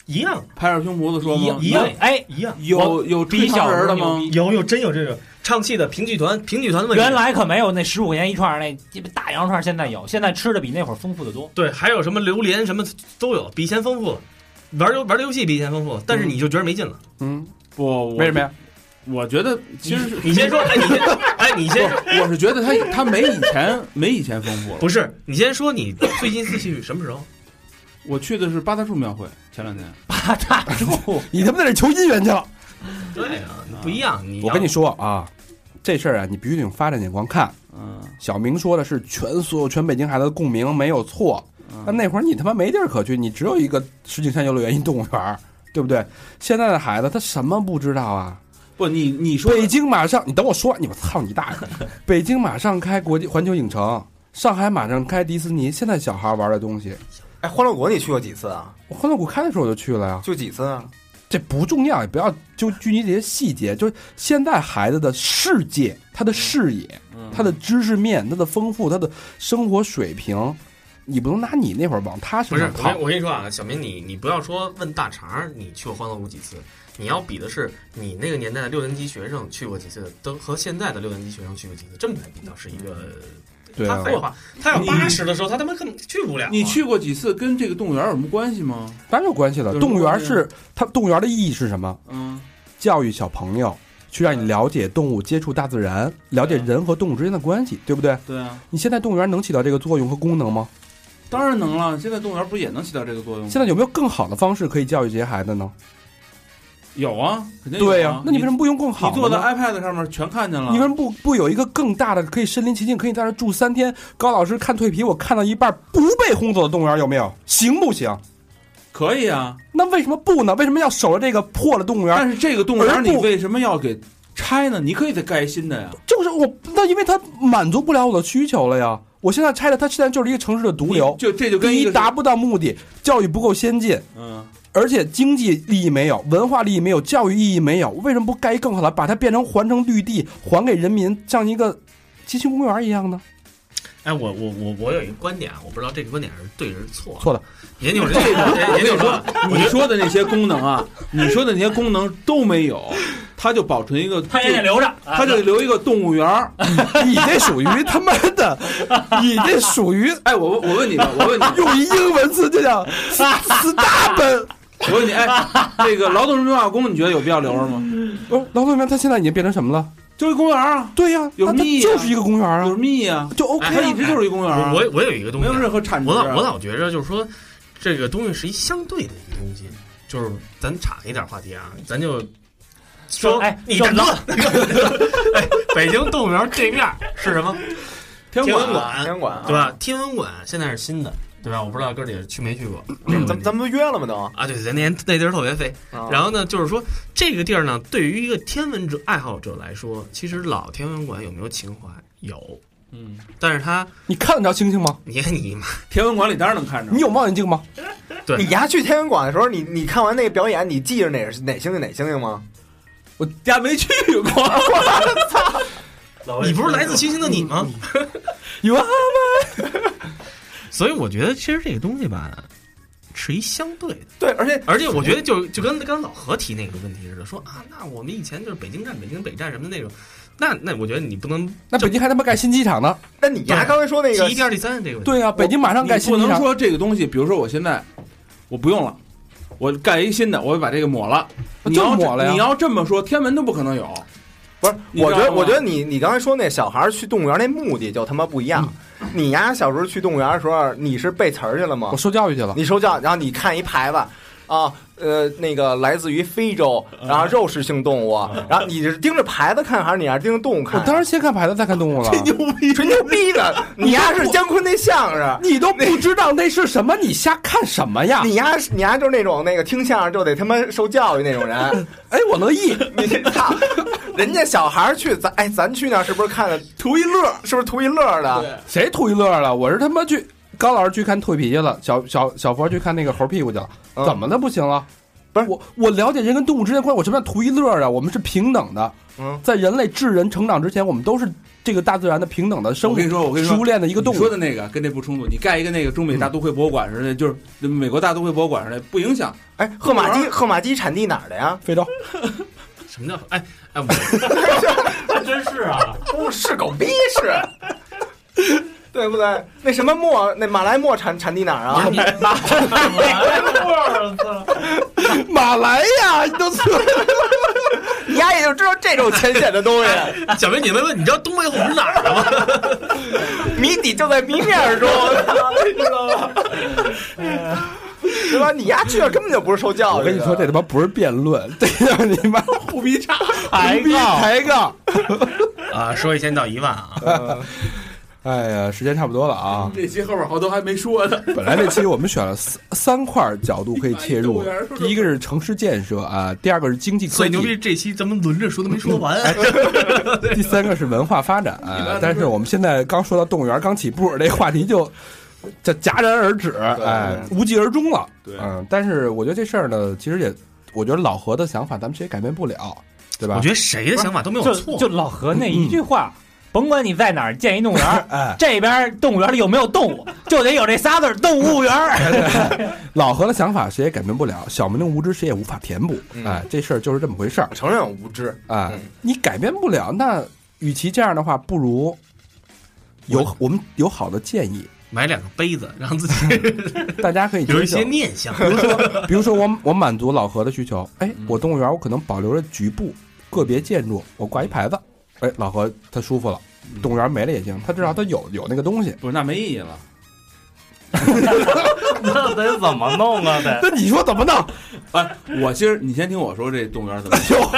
一样拍着胸脯子说一吗？一样哎，一样。有有吹比小糖时候人的牛吗？逼。有有真有这种唱戏的评剧团，评剧团的问题原来可没有那十五块钱一串儿那鸡巴大羊串，现在有，现在吃的比那会儿丰富的多。对，还有什么榴莲什么都有，比以前丰富了。玩游玩的游戏比以前丰富了，但是你就觉得没劲了。嗯，不，我为什么呀？？我觉得其实是你先说，哎，你先，哎，你先说， 我是觉得他他没以前没以前丰富了。不是，你先说你最近一次去什么时候？我去的是八大处庙会，前两天八大柱，你他妈在这求姻缘去了。哎对啊，不一样。你我跟你说啊，这事儿啊，你必须得用发展眼光看。嗯，小明说的是全所有全北京孩子的共鸣，没有错。嗯但那会儿你他妈没地儿可去，你只有一个石景山游乐园、一动物园儿，对不对？现在的孩子他什么不知道啊？不，你你说北京马上，你等我说完，你我操你大爷！ 北京马上开国际环球影城，上海马上开迪士尼，现在小孩玩的东西，哎，欢乐谷你去过几次啊？我欢乐谷开的时候我就去了呀。就几次啊？这不重要，也不要就拘泥这些细节。就是现在孩子的世界，他的视野，嗯他的知识面，他的丰富，他的生活水平，你不能拿你那会儿往他不身上，是我套跟。我跟你说啊，小明，你你不要说问大肠儿，你去过欢乐谷几次？你要比的是你那个年代的六年级学生去过几次，都和现在的六年级学生去过几次，这么来比较是一个。对啊他废话，他要八十的时候，他他妈根本去不了啊。你去过几次，跟这个动物园有什么关系吗？当然有关系了。有什么动物园关系啊是它，动物园的意义是什么？嗯，教育小朋友，去让你了解动物，接触大自然，了解对啊人和动物之间的关系，对不对？对啊，你现在动物园能起到这个作用和功能吗？当然能了。现在动物园不也能起到这个作用吗？现在有没有更好的方式可以教育这些孩子呢？有啊，肯定有对呀、啊。那你为什么不用更好你的坐在呢 iPad 上面全看见了？你为什么不不有一个更大的可以身临其境，可以在那儿住三天？高老师看蜕皮，我看到一半不被轰走的动物园有没有？行不行？可以啊，那为什么不呢？为什么要守着这个破的动物园？但是这个动物而园不你为什么要给拆呢？你可以再盖新的呀。就是我，那因为它满足不了我的需求了呀。我现在拆了，它现在就是一个城市的毒瘤你。就这就跟第一个一，是达不到目的，教育不够先进，嗯，而且经济利益没有，文化利益没有，教育意义没有。为什么不盖一更好的，把它变成环城绿地，还给人民，像一个街心公园一样呢？哎，我我我我有一个观点，啊，我不知道这个观点是对是错。错的，研究人家研究 说， 你说的那些功能啊，你说的那些功能都没有，它就保存一个，他也得留着，它就留一个动物园儿。你这属于他妈的，你这属于哎，我我问你吧，我问你，用一英文词就叫 stop。我问你，哎，这个劳动人民罢工，你觉得有必要留着吗？ 不是，劳动人民他现在已经变成什么了？就是公园儿啊，对呀、有那他蜜呀就是一个公园有什啊，么意义啊？就 OK 它一啊。直就是一公园儿啊，我我我有一个东没西有啊，任何产值我啊。老我老觉着就是说，这个东西是一相对的一个东西，就是咱岔一点话题啊，咱就说，哎你说干嘛？ 哎，北京动物园对面是什么？天天文馆馆，天馆啊对吧？天文馆现在是新的，对吧？我不知道哥你去没去过，咱们咱们都约了吗？都。啊，对，咱那天那地儿特别肥。啊然后呢，就是说这个地儿呢，对于一个天文者爱好者来说，其实老天文馆有没有情怀？有，嗯，但是他你看得着星星吗？你你妈，天文馆里当然能看着你。有望远镜吗？对 你丫去天文馆的时候，你你看完那个表演，你记着哪是哪星星哪星星吗？我家没去过，你不是来自星星的你吗？ 有啊，所以我觉得其实这个东西吧，是一相对的，对，而且而且我觉得就就跟跟老何提那个问题似的，说啊，那我们以前就是北京站、北京北站什么的那种，那那我觉得你不能那北京还他妈盖新机场呢。那你丫刚才说那第个一、第二、第三这个问题。对啊，北京马上盖你新不机能场。说这个东西，比如说我现在我不用了，我盖一新的，我把这个抹了。那你就要这抹了呀你要这么说，天文都不可能有。不是，你我觉知得，道吗我觉得你你刚才说那小孩儿去动物园那目的就他妈不一样。你呀，小时候去动物园的时候，你是背词儿去了吗我？受教育去了。你受教，然后你看一牌子。啊，呃，那个来自于非洲，然后肉食性动物，然后你是盯着牌子看，还是你还是盯着动物我看？当然先看牌子，再看动 物了。吹牛逼的，你丫是姜昆那相声，你都不知道那是什么，你瞎看什么呀？你丫是你丫就是那种那个听相声就得他妈受教育那种人，哎，我乐意。你操，人家小孩儿去咱哎咱去那儿是不是看的图一乐，是不是图一乐的？谁图一乐了？我是他妈去高老师去看蜕皮去了，小小小佛去看那个猴屁股去了，嗯怎么的不行了？不是我，我了解人跟动物之间的关系，我什么叫图一乐啊？我们是平等的，嗯，在人类智人成长之前，我们都是这个大自然的平等的生我物跟你说，我跟你食说物，链的一个动你说物。的那个跟这不冲突。你盖一个那个中美大都会博物馆似的，就是美国大都会博物馆似的，不影响。哎，褐马鸡褐马鸡产地哪儿的呀？非洲，什么叫哎哎我真是啊，哦不是狗逼是， 对不对？那什么墨那马来墨产产地哪儿啊？马来呀，你都 错了。你丫也就知道这种浅显的东西，小明，你问问，你知道东北虎是哪儿的吗？谜底就在谜 面中，知道吗？ 对吧？你丫去那儿根本就不是受教育我的。跟你说，这他妈不是辩论， 这叫你妈不逼差，胡逼抬杠。啊，说一千道一万啊！哎呀，时间差不多了啊！这期后边好多还没说呢。本来这期我们选了三三块角度可以切入，第一个是城市建设啊，第二个是经济科最牛技逼，，这期咱们轮着说都没说完，第三个是文化发展。啊但是我们现在刚说到动物园刚起步，这话题就 这戛然而止，哎，无疾而终了。对嗯，但是我觉得这事儿呢，其实也，我觉得老何的想法咱们谁也改变不了，对吧我？觉得谁的想法都没有就错。就老何那一句话，甭管你在哪儿建一动物园 儿，哎，这边动物园里有没有动 物，就得有这仨字儿动物园儿。 老何的想法谁也改变不了，小明的无知谁也无法填补。嗯哎，这事儿就是这么回事儿我。承认我无知，啊嗯，你改变不了，那与其这样的话，不如有我们有好的建议，买两个杯子，让自己大家可以有接一受些。念想。比如说我我满足老何的需求，哎，我动物园我可能保留了局部个别建筑，我挂一牌子，哎，老何他舒服了，动物园没了也行，他至少他有有那个东西。不是，那没意义了。 那得怎么弄啊？ 得那你说怎么弄？ 哎，我今儿你先听我说这动物园怎么样，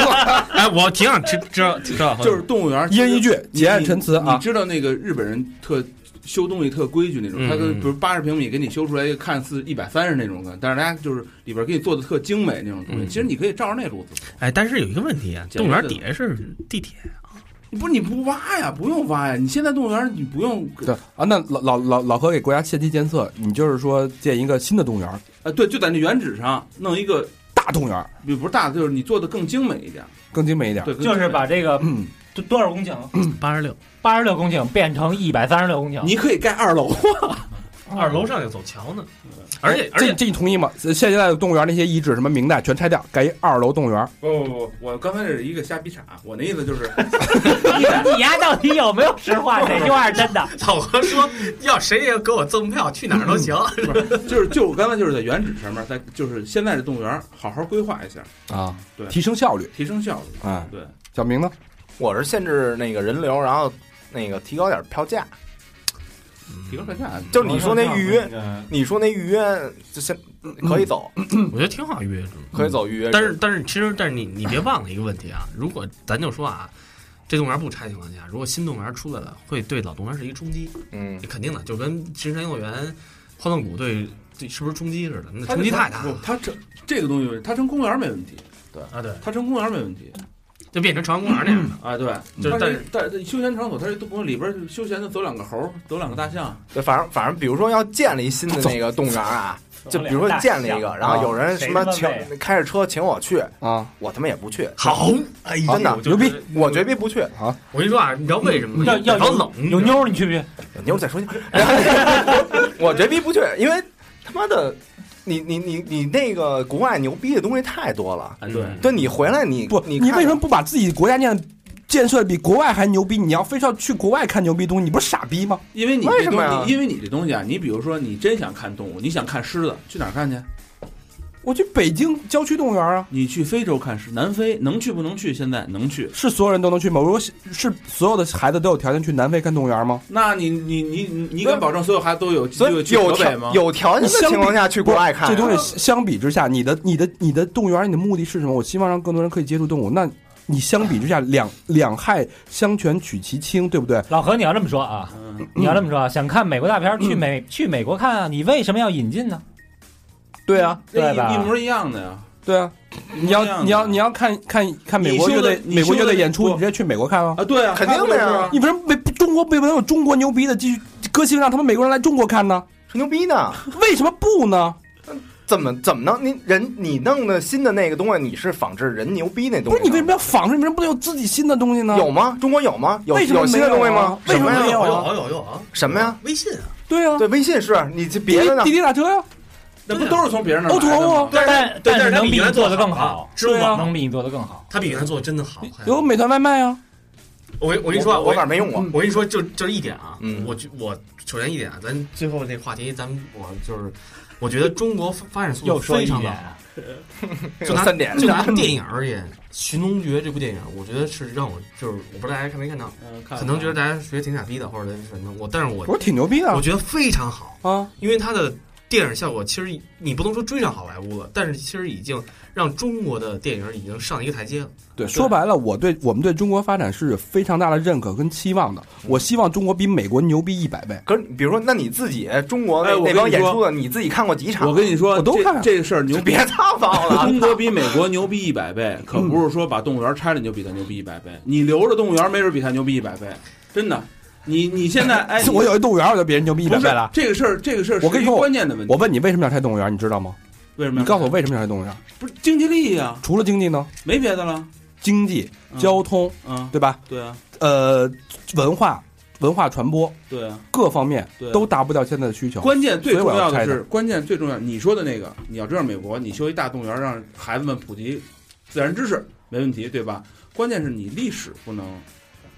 哎，我挺想知知道知道，就是动物园一人一句，你结案陈词你啊！知道那个日本人特修东西特规矩那种，嗯他跟嗯比如八十平米给你修出来一个看似一百三十那种的，但是大家就是里边给你做的特精美那种东西，嗯其实你可以照着那路子走。哎，但是有一个问题啊，动物园底下是地铁，你不是你不挖呀，不用挖呀，你现在动物园你不用对啊，那老老老老何给国家限期监测，你就是说建一个新的动物园，啊，对，就在那原址上弄一个，大动物园也不是大，就是你做的更精美一点，更精美一点。对，更就是把这个嗯，多多少公顷，八十六，八十六公顷变成一百三十六公顷。你可以盖二楼，二楼上有走桥呢，而且而哎这且这你同意吗？现在的动物园那些遗址什么明代全拆掉，盖一二楼动物园。不不不，我刚才这是一个瞎逼扯，我那意思就是，你你丫到底有没有实话？这句话是真的。老何说要谁也给我赠票，去哪儿都行。 就是就我刚才就是在原址上面，在就是现在的动物园好好规划一下，啊，对提升效率。提升效率。哎，对，小明呢？我是限制那个人流，然后那个提高点票价。提高票价，就是你说那预约，啊你说那预约就先可以走，嗯嗯我觉得挺好约制，嗯可以走预约制。但是但是其实但是你你别忘了一个问题啊，如果咱就说啊，这动物园不拆的情况下，如果新动物园出来了，会对老动物园是一个冲击，嗯，肯定的，就跟深山幼儿园、欢乐谷对对是不是冲击似的，那它冲击太大不了，它成这个东西，它成公园没问题，啊！对，它成公园没问题就变成朝阳公园那样的。啊。对，就是它但是是但是休闲场所，它是动物园里边休闲的走两个猴，走两个大象，对，反正反正，比如说要建立新的那个动物园啊，就比如说建立一个，然后有人什么请啊谁他妈开着车请我去，啊，我他妈也不去，好，哎呀，真的我就牛逼！我绝逼不去。我跟你说啊，你知道为什么吗？要要老有冷，有妞儿你去不去？你会儿再说去， 我绝逼不去，因为他妈的，你你你你那个国外牛逼的东西太多了。啊，对，对你回来你嗯不，你你为什么么不把自己国家建建设得比国外还牛逼？你要非要去国外看牛逼东西，你不是傻逼吗？因为你为这什东么呀西，因为你这东西啊，你比如说你真想看动物，你想看狮子，去哪儿看去？我去北京郊区动物园啊，你去非洲看是南非能去不能去？现在能去？是所有人都能去吗？如果是是所有的孩子都有条件去南非看动物园吗？那你你你你你敢保证所有孩子都有机所会以去有河北吗条？有条件的情况下去国外看这啊，东西相比之下，你的你的你的动物园，你的目的是什么？我希望让更多人可以接触动物。那你相比之下，两两害相权取其轻，对不对？老何，你要这么说啊，嗯你要这么说啊，想看美国大片儿，去美去美国看啊，你为什么要引进呢？对啊，那对吧一一模一样的呀。对啊。你一模要一样的你要你要看看看美国你乐修的队你美国乐队修的演出，不你直接去美国看啊！啊，对啊，肯定的看过呀就是啊你为什么美中国为什么有中国牛逼的继续歌星让他们美国人来中国看呢？吹牛逼呢？为什么不呢？怎么怎么能你人你弄的新的那个东西，你是仿制人牛逼那东不西？是你为什么要仿制？你为什么不能有自己新的东西呢？有吗？中国有吗？有为什么有新的没有东西啊吗？为什么什没呀有啊有有有啊，什么呀？微信啊，对啊，对，微信是你这滴别的呢滴滴？滴打车啊呀，那不都是从别人那儿 O 来 to 的 O 吗啊？但对但是但是它能比比原你来做做的得更更好好，支付对啊宝能比你做的更好。他比原来做的真的好。有美团外卖啊，我跟我跟你说啊，我我反正没嗯用过。我跟你说，就就是一点啊，嗯我觉我首先一点啊，咱最后那话题，咱们我就是，我觉得中国发发展速度又说非一常的遍好，啊，就拿三嗯点就拿电影而言，《寻龙诀》这部电影，我觉得是让我就是，我不知道大家看没看到，啊嗯，看可能觉得大家觉得挺傻逼的，或者什么，我但是我我说挺牛逼的我觉得非常好，啊！因为它的电影效果其实你不能说追上好莱坞了，但是其实已经让中国的电影已经上一个台阶了。对，说白了，我对我们对中国发展是有非常大的认可跟期望的。嗯我希望中国比美国牛逼一百倍。可是比如说，那你自己中国那哎我跟那你帮演说出的，你自己看过几场？我跟你说，我都这看，这个事儿牛就逼别。塌房了。中国比美国牛逼一百倍，可不是说把动物园拆了你就比它牛逼一百倍。你留着动物园，没准比它牛逼一百倍，真的。你你现在哎 我有一动物园，我就比人牛逼一不百是倍了。这个事儿，这个事儿是我跟你一说个关键的问题。我问你为什么要拆动物园，你知道吗？为什么你要告诉我为什么要拆动物园？不是经济利益啊，除了经济呢？没别的了。经济、嗯交通，嗯，对吧？对啊，呃，文化、文化传播对啊，各方面对啊都达不到现在的需求。关键最重要的所以我要拆是，关键最重要，你说的那个，你要知道美国，你修一大动物园，让孩子们普及自然知识，没问题，对吧？关键是你历史不能，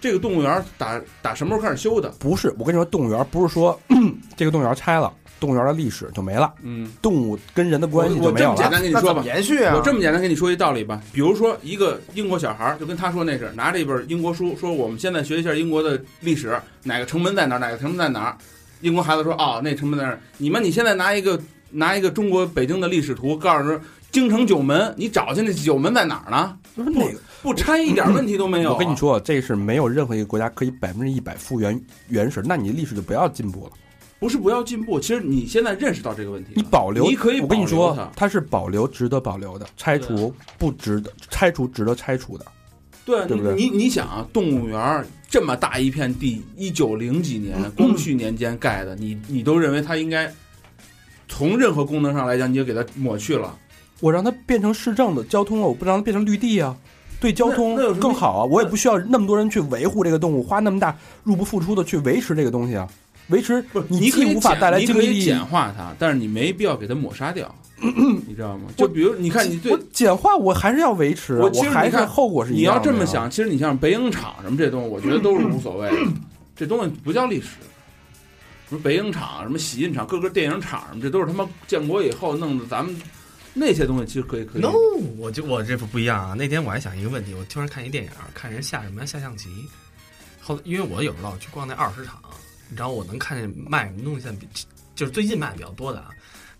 这个动物园打打什么时候开始修的？不是，我跟你说，动物园不是说 这个动物园拆了，动物园的历史就没了，嗯，动物跟人的关系我就我没这有么简了。单跟你那说怎吧么，延续啊？我这么简单跟你说一道理吧，比如说一个英国小孩儿就跟他说那事儿，拿着一本英国书说我们现在学一下英国的历史，哪个城门在哪儿，哪个城门在哪儿。英国孩子说哦，那城门在那儿。你们你现在拿一个拿一个中国北京的历史图，告诉说京城九门，你找去那九门在哪儿呢？就是那个，不拆一点问题都没有啊、我跟你说，这是没有任何一个国家可以百分之一百复原原始，那你历史就不要进步了。啊不是不要进步，其实你现在认识到这个问题了，你保留，你可以我跟你保留说它，啊它是保留值得保留的，拆除不值得，拆除值得拆除的。对，对不对你你想啊，动物园儿这么大一片地，一九零几嗯年光绪年间盖的，你你都认为它应该从任何功能上来讲，你就给它抹去了。我让它变成市政的交通了，我不让它变成绿地啊，对交通那那有什么更好啊。我也不需要那么多人去维护这个动物，花那么大入不敷出的去维持这个东西啊，维持不是，你你可既以无法简带来你经可济以利益简，化它，但是你没必要给它抹杀 掉，你知道吗？就比如你看，你对我简化我还是要维持啊，我我其实你还是看后果是一你要样的这呀么，想，其实你像北影厂什么这东西，我觉得都是无所谓的，嗯 这东西不叫历史。什么北影厂、什么洗印厂、各个电影厂什么，这都是他妈建国以后弄的，咱们那些东西其实可以可以。 No，我就我这不不一样啊！那天我还想一个问题，我突然看一电影，看人下什么呀下象棋，后因为我有时候老去逛那二手市场，然后我能看见卖什么东西像比，就是最近卖的比较多的啊，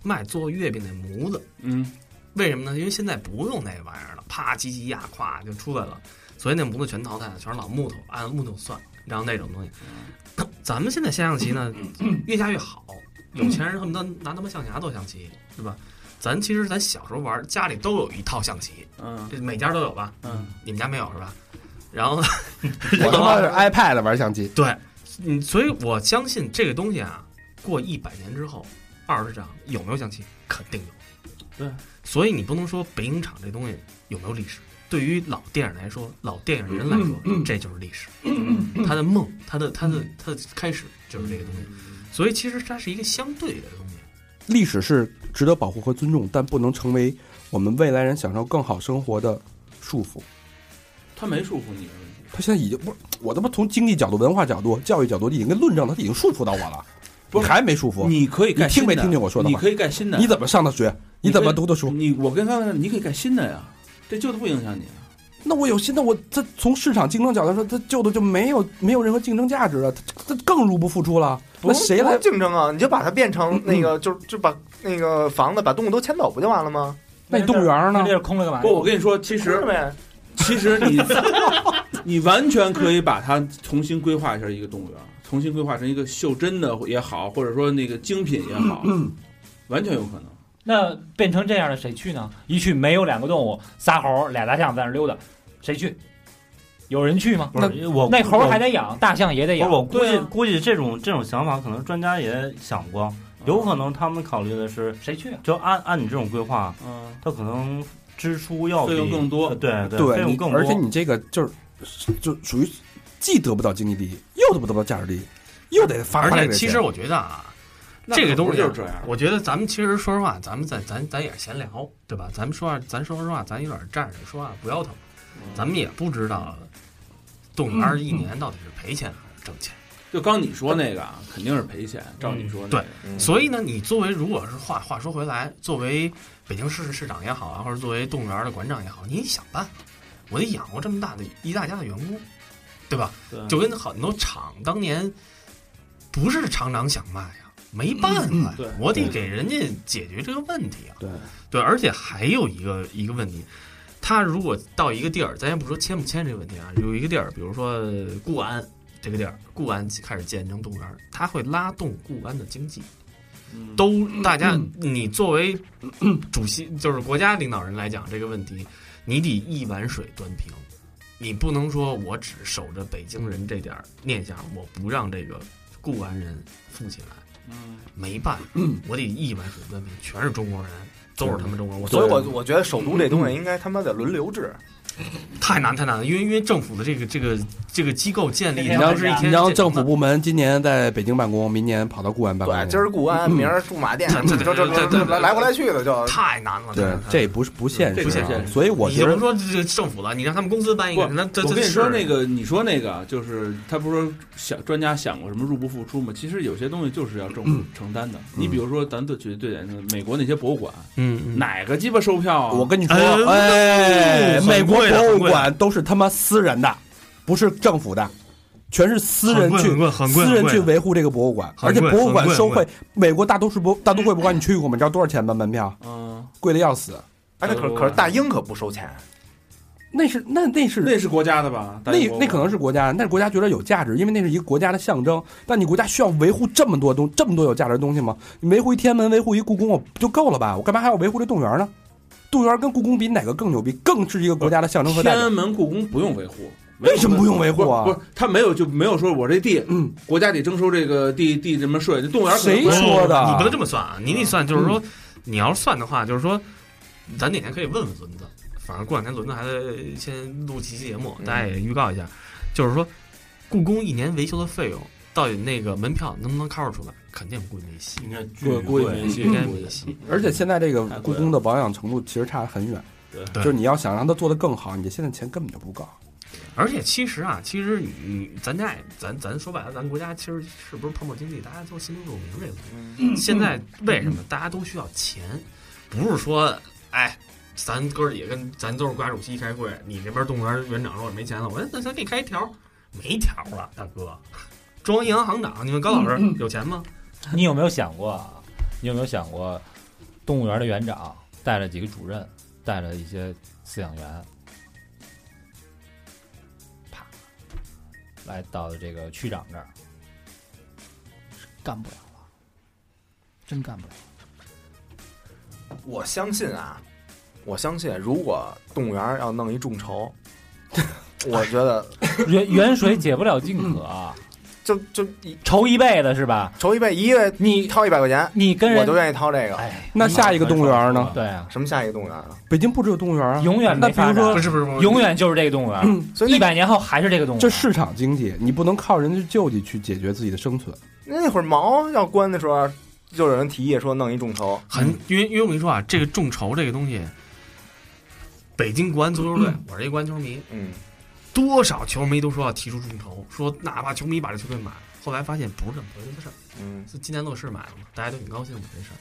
卖做月饼那模子，嗯，为什么呢？因为现在不用那玩意儿了，啪叽叽呀，咵就出来了，所以那模子全淘汰了，全是老木头，按木头算，然后那种东西。 咱们现在下象棋呢，越下越好，有钱人恨不得拿他妈象牙做象棋，对吧？咱其实咱小时候玩，家里都有一套象棋，嗯这每家都有吧？嗯，你们家没有是吧？然后我他妈是 iPad 玩相机，对，嗯，所以我相信这个东西啊，过一百年之后，二十场有没有象棋，肯定有。对，所以你不能说北影厂这东西有没有历史。对于老电影来说，老电影人来说， 这就是历史，他的梦，他的他的他的开始就是这个东西。所以其实它是一个相对的东西。历史是值得保护和尊重，但不能成为我们未来人享受更好生活的束缚。他没束缚你的问题。他现在已经不是我他妈从经济角度、文化角度、教育角度已经跟论证了，他已经束缚到我了，不你是还没束缚？你可以盖你听没新的听见我说的你话可以盖新的，你怎么上的学？你怎么读的书？你我跟他说，你可以改新的呀，这旧的不影响你啊。那我有新的，我这从市场竞争角度说，它旧的就没有没有任何竞争价值了，它它更入不敷出了。那谁嗯不来是？竞争啊？你就把它变成那个，就就把那个房子把动物都迁走不就完了吗？那你动物园呢那地？儿空了干嘛不，？哎我跟你说，其实是呗，其实你 你完全可以把它重新规划一下一个动物园，重新规划成一个袖珍的也好，或者说那个精品也好，嗯完全有可能。那变成这样的谁去呢？一去没有两个动物，仨猴俩大象在那溜达，谁去？有人去吗？不是我那猴我还得养，大象也得不是养。我估对计啊嗯估计这种这种想法，可能专家也想过，有可能他们考虑的是，谁去啊？就按按你这种规划，嗯，他可能支出要比呃费用更多对对费用你更多，而且你这个就是就属于既得不到经济利益，又得不到价值利益，又得发而发这且个其钱实我觉得啊，那这个可东不西啊就是这样。啊我觉得咱们其实说实话，咱们在咱咱也是闲聊，对吧？咱们说话，咱说实话，咱有点站着说话不腰疼，嗯咱们也不知道动物园儿一年到底是赔钱还是挣钱。就刚你说那个啊，肯定是赔钱。照你说那个，所以呢，你作为如果是话话说回来，作为北京市市长也好啊，或者作为动物园的馆长也好，你得想办法。我得养活这么大的一大家的员工，对吧？对就跟很多厂当年不是厂长想卖呀，没办法呀，对我得给人家解决这个问题啊。对对，而且还有一个一个问题，他如果到一个地儿，咱先不说迁不迁这个问题啊，有一个地儿，比如说呃固安这个地儿，固安开始建成动物园儿，它会拉动固安的经济。嗯都，大家，你作为主席，就是国家领导人来讲这个问题，你得一碗水端平，你不能说我只守着北京人这点儿念想，我不让这个固安人富起来，嗯，没办法，我得一碗水端平，全是中国人，都是他们中国人，我所以我我觉得首都这东嗯西应该他妈的轮流制，太难太难了，因为因为政府的这个这个这个机构建立，你你它让不是一你天让政府部门今年在北京办公，明年跑到固安办公嗯对，去。今儿固安，明儿驻马店，就就就就来回来去的嗯就。太难了，对，这也不是不现这不实现啊，实所以我你觉就得甭说这这政府了，你让他们公司办一不个，那这我这跟你说是那个，你说那个啊就是他不是说想专家想过什么入不敷出吗？其实有些东西就是要政嗯府承担的。你比如说，咱就举最典型的美国那些博物馆，嗯，哪个鸡巴售票啊？我跟你说，嗯哎，很贵美国博的很物贵的馆都是他妈私人的，不是政府的，全是私人去很贵很贵私人很去贵维护这个博物馆，而很且贵博物馆很贵收很费，美国大都市博大都会博物馆你去过吗？你知道多少钱吗？门票嗯，贵的要死，哎，那可可是大英可不收钱，那是那那是。那是国家的吧？大那英博物那馆可能是国家，但是国家觉得有价值，因为那是一个国家的象征。但你国家需要维护这么多东这么多有价值的东西吗？你维护一天安门，维护一故宫，我就够了吧？我干嘛还要维护这动物园呢？动物园跟故宫比哪个更牛逼？更是一个国家的象征和代天表。呃安门故宫不用维护，为什么不用维护啊不是，不是他没有就没有说我这地，嗯，国家得征收这个地地什么税，这动物园可能谁哎说的嗯你不能这么算啊！你得算，就是说，你要是算的话，就是说，咱哪天可以问问轮子，反正过两天轮子还得先录几期节目，大家也预告嗯一下，就是说，故宫一年维修的费用到底那个门票能不能 cover 出来？肯定估计没戏，应嗯该估估计没戏应该没戏。而且现在这个太故贵了宫的保养程度其实差得很远，对就是你要想让它做得更好，你现在钱根本就不够。而且其实啊，其实你咱家也咱咱说白了，咱国家其实是不是泡沫经济，大家都心知肚明这个东西。现在为什么大家都需要钱？不是说哎，咱哥儿也跟咱都是国家主席开会，你那边动物园园长说我没钱了，我说那咱给你开一条，没条了，大哥。 中央银行行长，你们高老师有钱吗？你有没有想过啊？你有没有想过，动物园的园长带着几个主任，带着一些饲养员，啪，来到了这个区长这儿，干不了了，真干不了。我相信啊，我相信如果动物园要弄一众筹， 我觉得远远水解不了近渴啊，就就一愁一辈子是吧？筹一倍，一个月你掏一百块钱，你跟我就人愿意掏这个。哎，那下一个动物园呢？对啊，什么下一个动物园啊？北京不只有动物园啊，永远那没比如发展说不是不是不是，永远就是这个动物园，嗯所以一那百年后还是这个动物园。这市场经济，你不能靠人家救济去解决自己的生存。那会儿毛要关的时候，啊就有人提议说弄一众筹，很，因为因为我跟你说啊，这个众筹这个东西，北京国安足球队，我是一国安球迷，嗯，多少球迷都说要提出众筹，说哪怕球迷把这球队买了，后来发现不是这么回事儿，嗯是今年乐视买了嘛，大家都挺高兴的这事儿。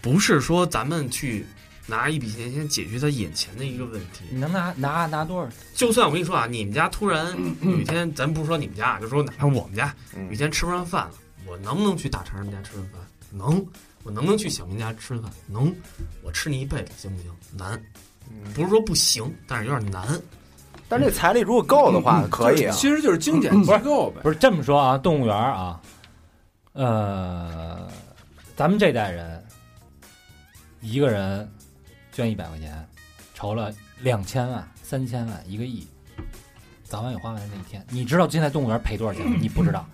不是说咱们去拿一笔钱先解决他眼前的一个问题。你能拿拿拿多少？就算我跟你说啊，你们家突然有一天，咱不是说你们家，啊，就说哪怕我们家嗯有一天吃不上饭了，我能不能去大肠人家吃顿饭？能。我能不能去小明家吃顿饭？能。我吃你一辈子行不行？难。不是说不行，但是有点难。嗯但是这财力如果够的话，可以啊。其实就是嗯精简机构呗。不是这么说啊，动物园儿啊，呃，咱们这代人一个人捐一百块钱，筹了两千万、三千万、一个亿，早晚有花完的那一天。你知道现在动物园赔多少钱吗？你不知道，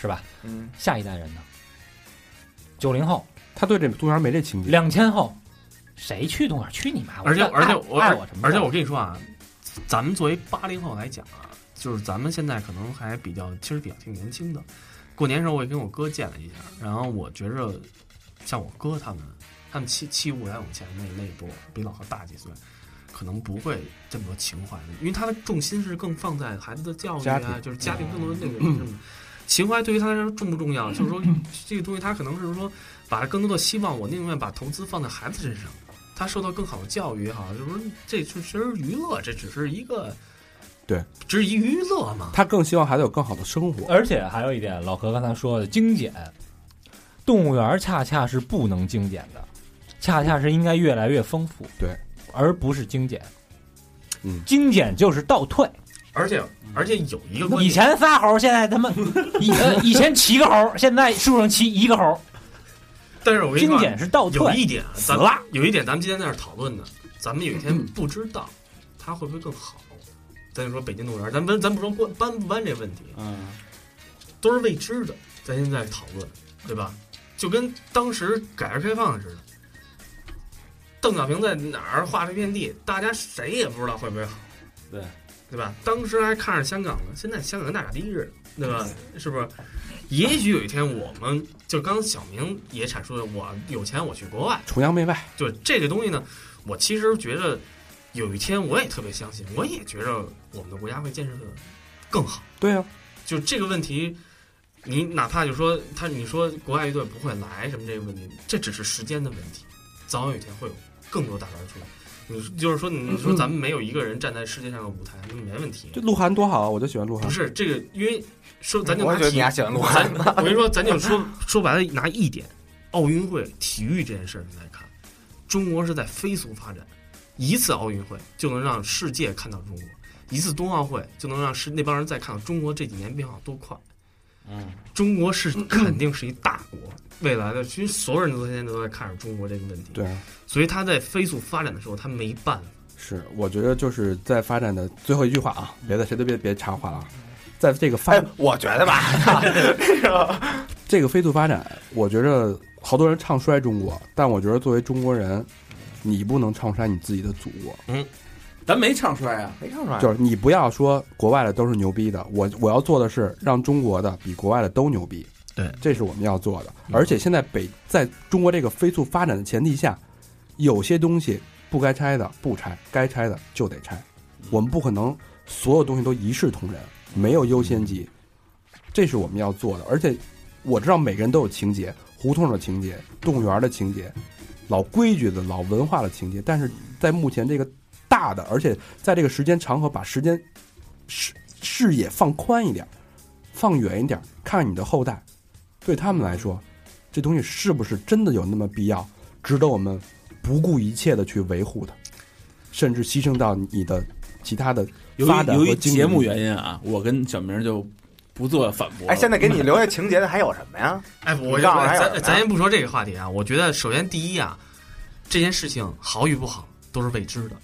是吧？嗯，下一代人呢？九零后、他对这动物园没这情节，两千后，谁去动物园？去你妈！我而且爱而且爱我爱我什么事儿？而且我跟你说啊，咱们作为八零后来讲啊，就是咱们现在可能还比较，其实比较挺年轻的。过年时候我也跟我哥见了一下，然后我觉着像我哥他们，他们七七五来往前那那一波，比老何大几岁，可能不会这么多情怀，因为他的重心是更放在孩子的教育家啊庭，就是家庭更多的那个什么。情怀对于他来说重不重要？就是说，这个东西他可能是说，把更多的希望，我宁愿把投资放在孩子身上，他受到更好的教育也好，就是说这就其实娱乐，这只是一个，对，只是一娱乐嘛。他更希望孩子有更好的生活。而且还有一点，老何刚才说的精简，动物园儿恰恰是不能精简的，恰恰是应该越来越丰富，对，而不是精简。嗯精简就是倒退。而且而且有一个观以点，前仨猴，现在他妈 以呃以前骑个猴，现在树上骑一个猴。但是我跟你精说啊，简是倒有退，一点啊，咱们有一点，咱们今天在这儿讨论的，咱们有一天不知道它会不会更好。咱就说北京动物园，咱们咱不说关搬不搬这问题，嗯，都是未知的，咱现在讨论，对吧？就跟当时改革开放似的，邓小平在哪儿划了一片地，大家谁也不知道会不会好，对对吧？当时还看着香港呢，现在香港跟大傻逼似的，对吧？是不是？也许有一天我们就刚小明也阐述了，我有钱我去国外，崇洋媚外，就这个东西呢，我其实觉得有一天我也特别相信，我也觉着我们的国家会建设的更好。对啊，就这个问题，你哪怕就说他，你说国外乐队不会来什么这个问题，这只是时间的问题，早晚有一天会有更多大牌出来。你就是说，你说咱们没有一个人站在世界上的舞台，那没问题。这鹿晗多好啊，我就喜欢鹿晗不。是这个，因为说 咱就我也拿觉得体你还喜欢鹿晗，咱我跟你说，咱就说说白了，拿一点，奥运会体育这件事儿来看，中国是在飞速发展，一次奥运会就能让世界看到中国，一次冬奥会就能让世那帮人再看到中国这几年变化多快。嗯，中国是肯定是一大国，未来的其实所有人都现在都在看着中国这个问题，对啊，所以他在飞速发展的时候，他没办法。是，我觉得就是在发展的最后一句话啊，嗯别的谁都别别插话了啊。在这个发、哎，我觉得吧，这个飞速发展，我觉着好多人唱衰中国，但我觉得作为中国人，你不能唱衰你自己的祖国，咱没唱衰啊，没看出来，就是你不要说国外的都是牛逼的，我我要做的是让中国的比国外的都牛逼，对，这是我们要做的。而且现在北在中国这个飞速发展的前提下，有些东西不该拆的不拆，该拆的就得拆，我们不可能所有东西都一视同仁，没有优先级，这是我们要做的。而且我知道每个人都有情节，胡同的情节，动物园的情节，老规矩的老文化的情节，但是在目前这个大的，而且在这个时间长河，把时间视视野放宽一点，放远一点，看看你的后代，对他们来说，这东西是不是真的有那么必要，值得我们不顾一切的去维护它，甚至牺牲到你的其他的由发于展由于和经济节目原因啊，我跟小明就不做反驳了。哎，现在给你留下情节的还有什 么呀？哎，我你告诉我还有什么呀咱咱先不说这个话题啊，我觉得首先第一啊，这件事情好与不好都是未知的，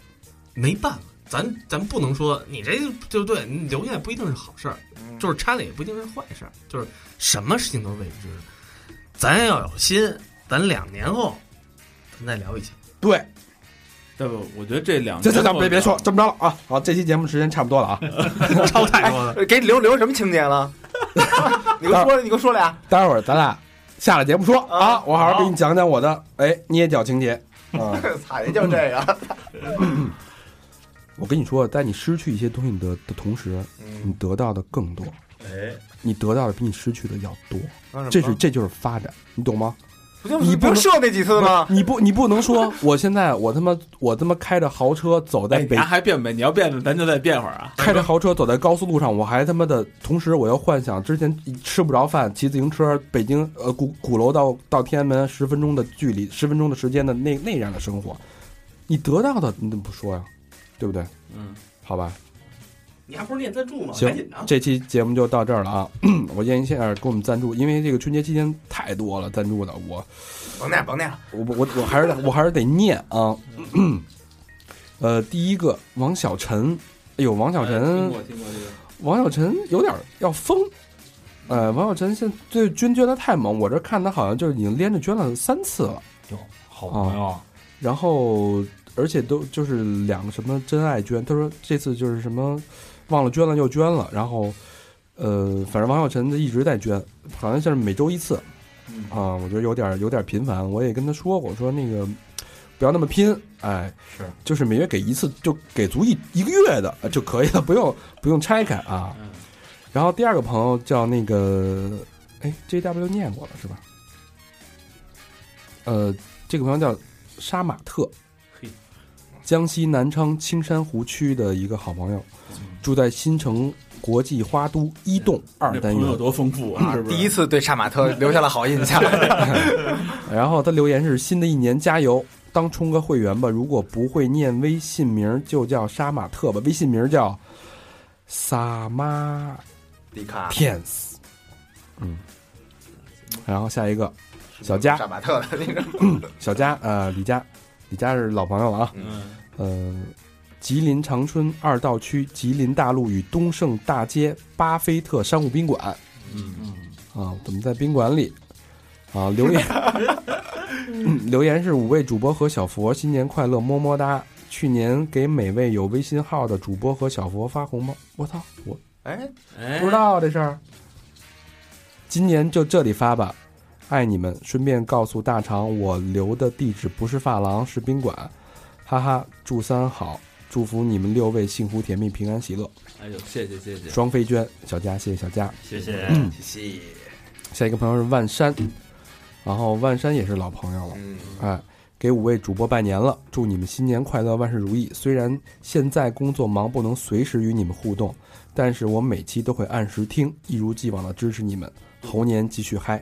没办法，咱咱不能说你这对不对，你留下不一定是好事儿，嗯就是拆了也不一定是坏事儿，就是什么事情都是未知的，咱要有心，咱两年后咱再聊一 下。对，对不？我觉得这两这这这年别别说这么着了啊！好，这期节目时间差不多了啊。超哎太多了，给你留留什么情节了？ 你给我说，你给我说俩。 待会儿咱俩下了节目说啊啊，我好好给你讲讲我的哎捏脚情节啊。 操，也就这个。我跟你说，在你失去一些东西的的同时，你嗯，得到的更多，哎，你得到的比你失去的要多，说什么这是这就是发展，你懂吗？不就你不不射那几次吗？你不你不能说我现在我他妈我他妈开着豪车走在哎，北咱还变呗？你要变，咱就再变会儿啊。开着豪车走在高速路上，我还他妈的，同时我又幻想之前吃不着饭，骑自行车，北京呃鼓鼓楼到到天安门十分钟的距离，十分钟的时间的那那样的生活，你得到的你怎么不说呀？对不对？嗯，好吧，你还不是念赞助吗？行赶紧的啊，这期节目就到这儿了啊！ 我建议先给我们赞助，因为这个春节期间太多了赞助的，我甭念，甭念。我我我还是得我还是得念啊。 呃，第一个王小晨，哎呦，王小晨，听过这个，王小晨有点要疯。呃，王小晨现在对捐捐的太猛，我这看他好像就是已经连着捐了三次了，好朋哦友啊，然后而且都就是两个什么真爱捐，他说这次就是什么忘了捐了又捐了，然后呃，反正王小晨一直在捐，好像就是每周一次嗯啊，我觉得有点有点频繁，我也跟他说过，我说那个不要那么拼，哎，是，就是每月给一次，就给足一一个月的呃就可以了，不用不用拆开啊。嗯然后第二个朋友叫那个，哎，J W 念过了是吧？呃，这个朋友叫杀马特，江西南昌青山湖区的一个好朋友，嗯住在新城国际花都一栋二这单朋友元。多丰富 啊！是不是第一次对杀马特留下了好印象。然后他留言是：“新的一年加油，当充个会员吧。如果不会念微信名，就叫杀马特吧。微信名叫萨马迪卡，天斯。”嗯。然后下一个小佳，杀马特的那个，小佳呃，李佳，李佳是老朋友了啊。嗯，呃，吉林长春二道区吉林大路与东胜大街巴菲特商务宾馆。嗯嗯啊，我们在宾馆里啊留言、嗯留言是五位主播和小佛新年快乐，么么哒。去年给每位有微信号的主播和小佛发红包，我操，我哎，不知道这事儿。今年就这里发吧，爱你们。顺便告诉大肠，我留的地址不是发廊，是宾馆。哈哈，祝三好，祝福你们六位幸福甜蜜、平安喜乐。哎呦，谢谢谢谢，双飞娟，小佳，谢谢小佳。嗯谢谢。谢谢，下一个朋友是万山，然后万山也是老朋友了。嗯，哎，给五位主播拜年了，祝你们新年快乐，万事如意。虽然现在工作忙，不能随时与你们互动，但是我每期都会按时听，一如既往的支持你们。猴年继续嗨！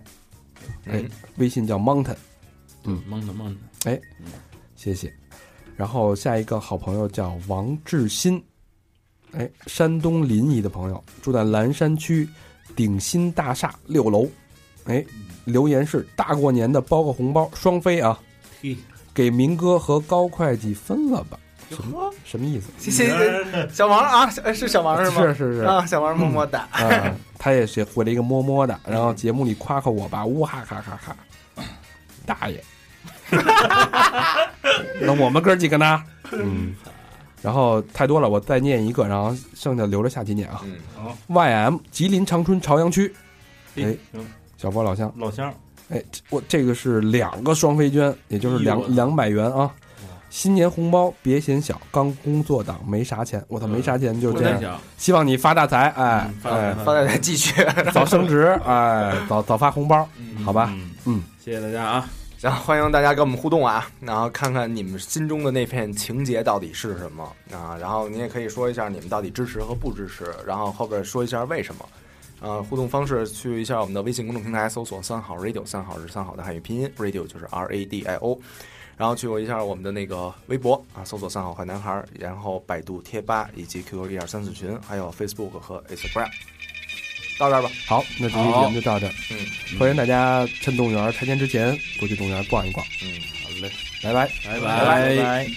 哎嗯，微信叫 Mountain，哎嗯，蒙的蒙的，谢谢。然后下一个好朋友叫王志新，哎，山东临沂的朋友，住在蓝山区鼎新大厦六楼。哎，留言是大过年的包个红包，双飞啊！嘿，给明哥和高会计分了吧？什么什么意思？谢谢小王啊，小哎是小王是吗？是是是啊、啊，小王么么哒。他也是回了一个么么嗯的，然后节目里夸夸我吧，呜哈哈哈哈，大爷， 那我们哥几个呢？嗯，然后太多了，我再念一个，然后剩下留着下期念啊。嗯， YM 吉林长春朝阳区，哎行，嗯小波老乡，老乡，哎，这我这个是两个双飞捐，也就是哎呦我两操两百元啊。嗯新年红包别嫌小，刚工作党没啥钱，我操没啥钱就嗯我这在样。想，嗯希望你发大财，哎发大哎财，发大家继续，早升职，哎早早发红包，好吧？嗯嗯谢谢大家啊！然后欢迎大家跟我们互动啊，然后看看你们心中的那片情节到底是什么啊，然后你也可以说一下你们到底支持和不支持，然后后边说一下为什么。呃，互动方式去一下我们的微信公众平台，搜索“三好 radio”，三好是三好的汉语拼音，radio 就是 R A D I O，然后去一下我们的那个微博啊，搜索“三好坏男孩”，然后百度贴吧以及 QQ 一二三四群，还有 Facebook 和 Instagram，到这儿吧，好，那这期节目就到这儿。嗯，欢迎大家趁动物园拆迁之前多去动物园逛一逛。嗯，好嘞，拜拜。拜拜拜。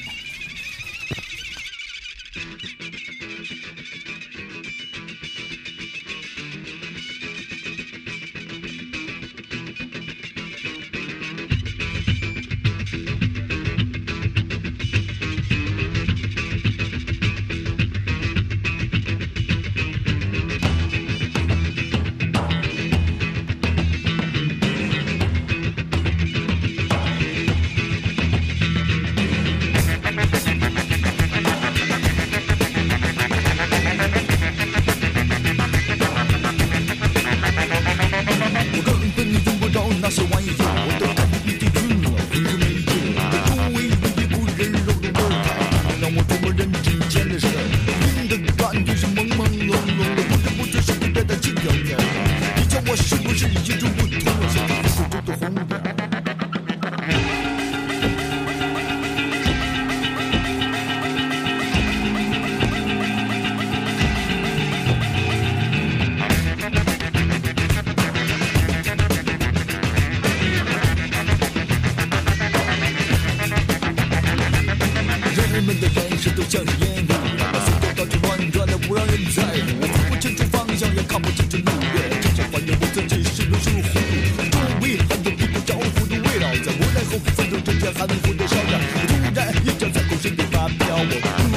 Thank 像是烟雾，我随风到处乱转的，不让人在乎。我分不清楚方向，也看不清楚路，也只想环绕我自己是龙是虎。周围还有一股着火的味道，在我脑后反正之间含糊的烧着。我突然一张在口身边发飙，我。